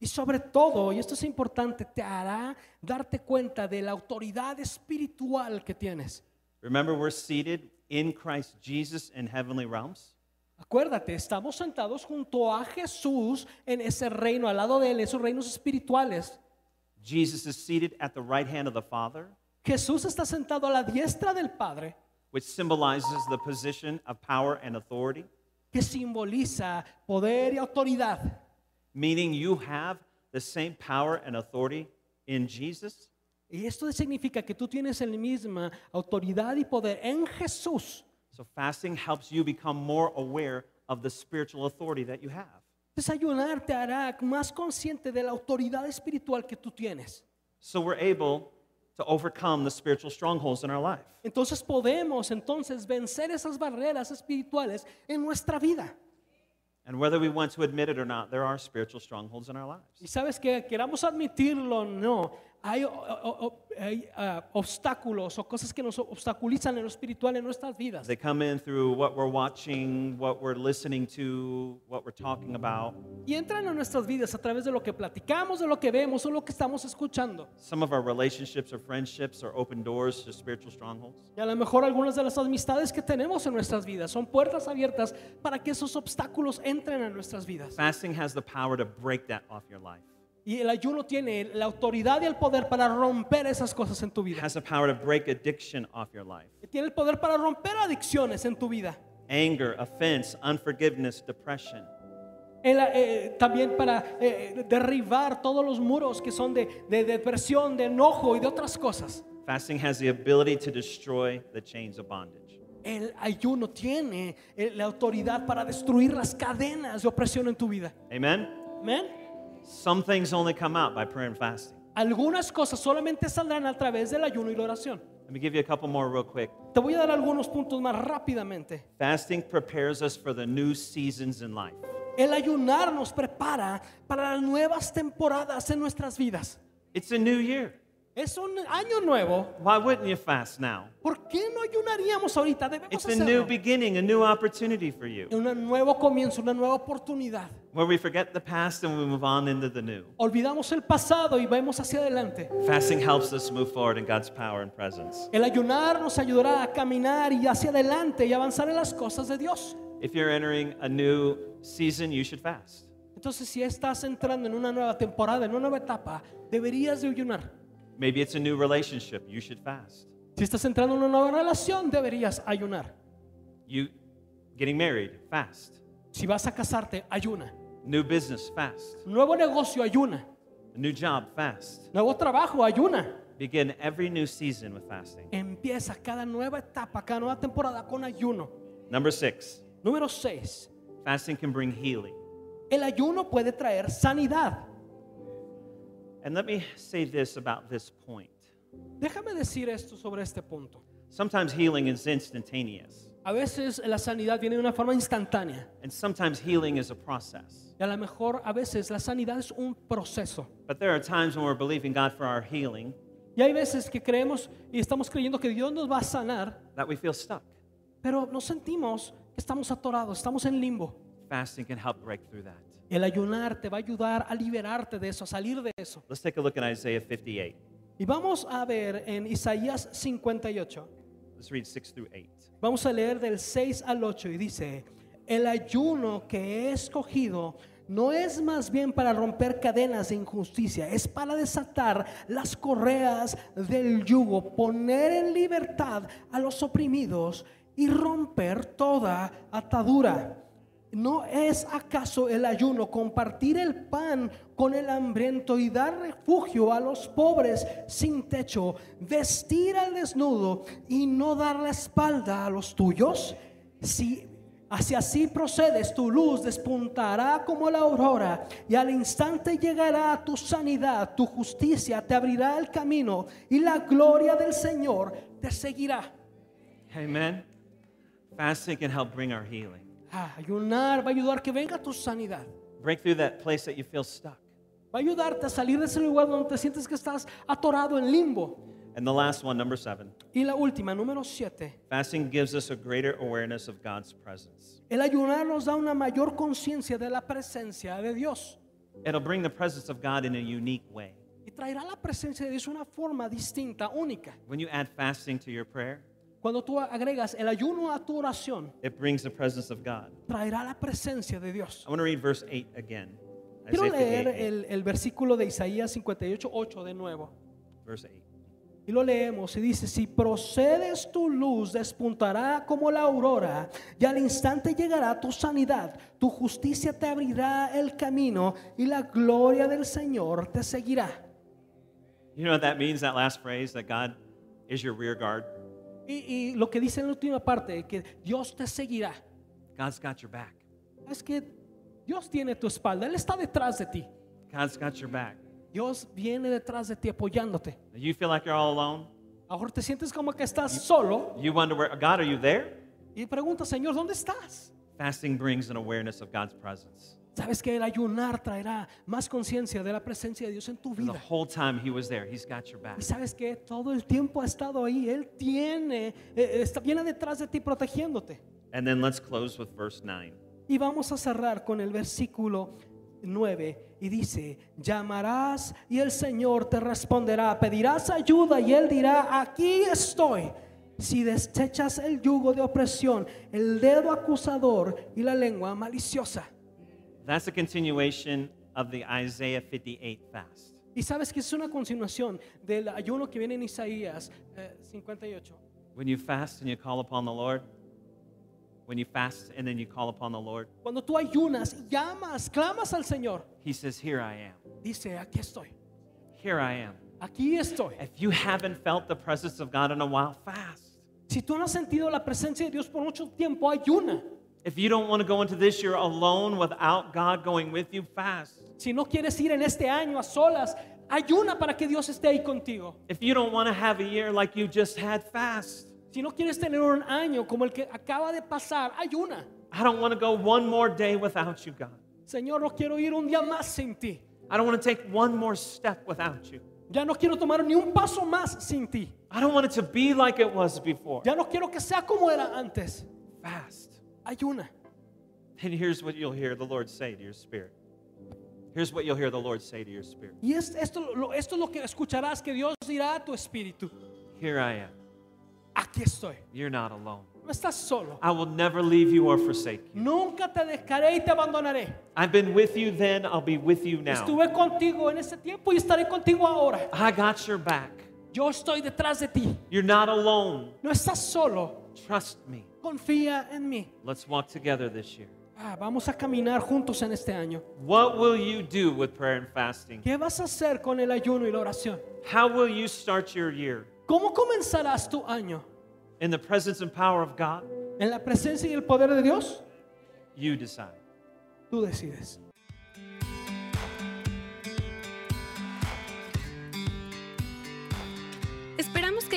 Speaker 3: Y sobre todo, y esto es importante, te hará darte cuenta de la autoridad espiritual que tienes.
Speaker 2: Remember, we're seated in Christ Jesus in heavenly realms.
Speaker 3: Acuérdate, estamos sentados junto a Jesús en ese reino, al lado de él, esos reinos espirituales.
Speaker 2: Jesus is seated at the right hand of the Father,
Speaker 3: Jesús está sentado a la diestra del Padre,
Speaker 2: which symbolizes the position of power and authority,
Speaker 3: que simboliza poder y autoridad.
Speaker 2: meaning you have the same power and authority in Jesus
Speaker 3: Y esto significa que tú tienes la misma autoridad y poder en Jesús.
Speaker 2: So fasting helps you become more aware of the spiritual authority that you have.
Speaker 3: Entonces ayunar te hará más consciente de la autoridad espiritual que tú tienes.
Speaker 2: So we're able to overcome the spiritual strongholds in our life.
Speaker 3: Entonces podemos entonces vencer esas barreras espirituales en nuestra vida.
Speaker 2: And whether we want to admit it or not, there are spiritual strongholds in our lives.
Speaker 3: Y sabes que queramos admitirlo o no, hay, o- o- o- hay, ah, obstáculos o cosas que nos obstaculizan en lo espiritual en nuestras vidas.
Speaker 2: They come in through what we're watching, what we're listening to, what we're talking about.
Speaker 3: Y entran a nuestras vidas a través de lo que platicamos, de lo que vemos o lo que estamos escuchando.
Speaker 2: Some of our relationships or friendships are open doors to spiritual strongholds.
Speaker 3: Y a lo mejor algunas de las amistades que tenemos en nuestras vidas son puertas abiertas para que esos obstáculos entren a nuestras vidas.
Speaker 2: Fasting has the power to break that off your life.
Speaker 3: Y el ayuno tiene la autoridad y el poder para romper esas cosas en tu
Speaker 2: It
Speaker 3: vida.
Speaker 2: has the power to break addiction off your life.
Speaker 3: Tiene el poder para romper adicciones en tu vida.
Speaker 2: Anger, offense, unforgiveness, depression.
Speaker 3: El, eh, también para eh, derribar todos los muros que son de, de depresión, de enojo y de otras cosas.
Speaker 2: Fasting has the ability to destroy the chains of bondage.
Speaker 3: El ayuno tiene eh, la autoridad para destruir las cadenas de opresión en tu vida.
Speaker 2: Amen?
Speaker 3: Amén.
Speaker 2: Some things only come out by prayer and fasting.
Speaker 3: Algunas cosas solamente saldrán a través del ayuno y la oración.
Speaker 2: Let me give you a couple more real quick.
Speaker 3: Te voy a dar algunos puntos más rápidamente.
Speaker 2: Fasting prepares us for the new seasons in life.
Speaker 3: El ayunar nos prepara para las nuevas temporadas en nuestras vidas.
Speaker 2: It's a new year.
Speaker 3: Es un año nuevo.
Speaker 2: Why wouldn't you fast now?
Speaker 3: ¿Por qué no ayunaríamos ahorita? Debemos
Speaker 2: It's a new
Speaker 3: hacerlo.
Speaker 2: beginning, a new opportunity for you.
Speaker 3: Un nuevo comienzo, una nueva oportunidad.
Speaker 2: Where we forget the past and we move on into the new.
Speaker 3: Olvidamos el pasado y vamos hacia adelante.
Speaker 2: Fasting helps us move forward in God's power and presence.
Speaker 3: El ayunar nos ayudará a caminar y hacia adelante y avanzar en las cosas de Dios.
Speaker 2: If you're entering a new season, you should fast.
Speaker 3: Entonces, si estás entrando en una nueva temporada, en una nueva etapa, deberías de ayunar.
Speaker 2: Maybe it's a new relationship, you should fast.
Speaker 3: Si estás entrando en una nueva relación, deberías ayunar.
Speaker 2: You getting married, fast.
Speaker 3: Si vas a casarte, ayuna.
Speaker 2: New business, fast.
Speaker 3: Nuevo negocio, ayuna.
Speaker 2: A new job, fast.
Speaker 3: Nuevo trabajo, ayuna.
Speaker 2: Begin every new season with fasting.
Speaker 3: Empieza cada nueva etapa, cada nueva temporada con ayuno.
Speaker 2: Number six,
Speaker 3: Número 6.
Speaker 2: fasting can bring healing.
Speaker 3: El ayuno puede traer sanidad.
Speaker 2: And let me say this about this point.
Speaker 3: Déjame decir esto sobre este punto.
Speaker 2: Sometimes healing is instantaneous,
Speaker 3: A veces la sanidad viene de una forma instantánea.
Speaker 2: and sometimes healing is a process.
Speaker 3: Y a lo mejor a veces la sanidad es un proceso.
Speaker 2: But there are times when we're believing God for our healing
Speaker 3: Y hay veces que creemos y estamos creyendo que Dios nos va a sanar,
Speaker 2: that we feel stuck.
Speaker 3: pero nos sentimos que estamos atorados, estamos en limbo.
Speaker 2: Fasting can help break through that.
Speaker 3: El ayunar te va a ayudar a liberarte de eso, a salir de eso.
Speaker 2: Let's take a look at Isaiah 58.
Speaker 3: Y vamos a ver en Isaías 58.
Speaker 2: Let's read 6 through 8.
Speaker 3: Vamos a leer del 6 al 8 y dice, el ayuno que he escogido no es más bien para romper cadenas de injusticia, es para desatar las correas del yugo, poner en libertad a los oprimidos y romper toda atadura. ¿No es acaso el ayuno compartir el pan con el hambriento y dar refugio a los pobres sin techo, vestir al desnudo y no dar la espalda a los tuyos? Si hacia así procedes, tu luz despuntará como la aurora y al instante llegará tu sanidad, tu justicia te abrirá el camino y la gloria del Señor te seguirá.
Speaker 2: Amen. Fasting can help bring our healing.
Speaker 3: Ah, ayunar va a ayudar que venga tu sanidad.
Speaker 2: Break through that place that you feel stuck.
Speaker 3: Va a ayudarte a salir de ese lugar donde te sientes que estás atorado en limbo.
Speaker 2: And the last one, number seven,
Speaker 3: Y la última, número 7.
Speaker 2: fasting gives us a greater awareness of God's presence.
Speaker 3: El ayunar nos da una mayor conciencia de la presencia de Dios.
Speaker 2: It'll bring the presence of God in a unique way.
Speaker 3: y traerá la presencia de Dios de una forma distinta, única.
Speaker 2: When you add fasting to your prayer,
Speaker 3: Cuando tú agregas el ayuno a tu oración,
Speaker 2: it brings the presence of God.
Speaker 3: traerá la presencia de Dios.
Speaker 2: I want to read verse 8 again.
Speaker 3: Quiero
Speaker 2: Isaiah 58,
Speaker 3: leer el, el versículo de Isaías 58, 8 de nuevo.
Speaker 2: verse 8.
Speaker 3: Y lo leemos y dice, si procedes tu luz despuntará como la aurora y al instante llegará tu sanidad, tu justicia te abrirá el camino y la gloria del Señor te seguirá.
Speaker 2: You know what that means, that last phrase, that God is your rear guard?
Speaker 3: Y, y lo que dice en la última parte, que Dios te seguirá,
Speaker 2: God's got your back.
Speaker 3: es que Dios tiene tu espalda, Él está detrás de ti,
Speaker 2: God's got your back.
Speaker 3: Dios viene detrás de ti apoyándote.
Speaker 2: You feel like you're all alone?
Speaker 3: A lo mejor te sientes como que estás solo
Speaker 2: You wonder where, God, are you there?
Speaker 3: y preguntas, Señor, ¿dónde estás?
Speaker 2: Fasting brings an awareness of God's presence.
Speaker 3: Sabes que el ayunar traerá más conciencia de la presencia de Dios en tu
Speaker 2: The
Speaker 3: vida.
Speaker 2: whole time He was there, He's got your back.
Speaker 3: Y sabes que todo el tiempo ha estado ahí. Él tiene, eh, eh, está, viene detrás de ti protegiéndote.
Speaker 2: And then let's close with verse 9.
Speaker 3: Y vamos a cerrar con el versículo 9 y dice, llamarás y el Señor te responderá, pedirás ayuda y Él dirá, aquí estoy. Si destechas el yugo de opresión, el dedo acusador y la lengua maliciosa.
Speaker 2: That's a continuation of the Isaiah 58 fast.
Speaker 3: Y sabes que es una continuación del ayuno que viene en Isaías eh, 58.
Speaker 2: When you fast and you call upon the Lord, when you fast and then you call upon the Lord,
Speaker 3: Cuando tú ayunas, llamas, clamas al Señor,
Speaker 2: He says, Here I am.
Speaker 3: dice, aquí estoy,
Speaker 2: Here I am.
Speaker 3: aquí estoy.
Speaker 2: If you haven't felt the presence of God in a while, fast.
Speaker 3: Si tú no has sentido la presencia de Dios por mucho tiempo, ayuna.
Speaker 2: If you don't want to go into this year alone without God going with you, fast.
Speaker 3: Si no quieres ir en este año a solas, ayuna para que Dios esté ahí contigo.
Speaker 2: If you don't want to have a year like you just had, fast.
Speaker 3: Si no quieres tener un año como el que acaba de pasar, ayuna.
Speaker 2: I don't want to go one more day without you, God.
Speaker 3: Señor, no quiero ir un día más sin ti.
Speaker 2: I don't want to take one more step without you.
Speaker 3: Ya no quiero tomar ni un paso más sin ti.
Speaker 2: I don't want it to be like it was before.
Speaker 3: Ya no quiero que sea como era antes.
Speaker 2: Fast.
Speaker 3: Ayuna.
Speaker 2: And here's what you'll hear the Lord say to your spirit. Here's what you'll hear the Lord say to your spirit.
Speaker 3: Y es, esto, lo- esto es lo que escucharás que Dios dirá a tu espíritu.
Speaker 2: Here I am.
Speaker 3: Aquí estoy.
Speaker 2: You're not alone.
Speaker 3: No estás solo.
Speaker 2: I will never leave you or forsake you.
Speaker 3: Nunca te dejaré y te abandonaré.
Speaker 2: I've been with you then, I'll be with you now.
Speaker 3: Estuve contigo en ese tiempo y estaré contigo ahora.
Speaker 2: I got your back.
Speaker 3: Yo estoy detrás de ti.
Speaker 2: You're not alone.
Speaker 3: No estás solo.
Speaker 2: Trust me.
Speaker 3: Confía en mí.
Speaker 2: Let's walk together this year.
Speaker 3: Ah, vamos a caminar juntos en este año.
Speaker 2: What will you do with prayer and fasting?
Speaker 3: ¿Qué vas a hacer con el ayuno y la oración?
Speaker 2: How will you start your year?
Speaker 3: ¿Cómo comenzarás tu año?
Speaker 2: In the presence and power of God,
Speaker 3: ¿En la presencia y el poder de Dios?
Speaker 2: you decide.
Speaker 3: Tú decides.
Speaker 1: Esperamos que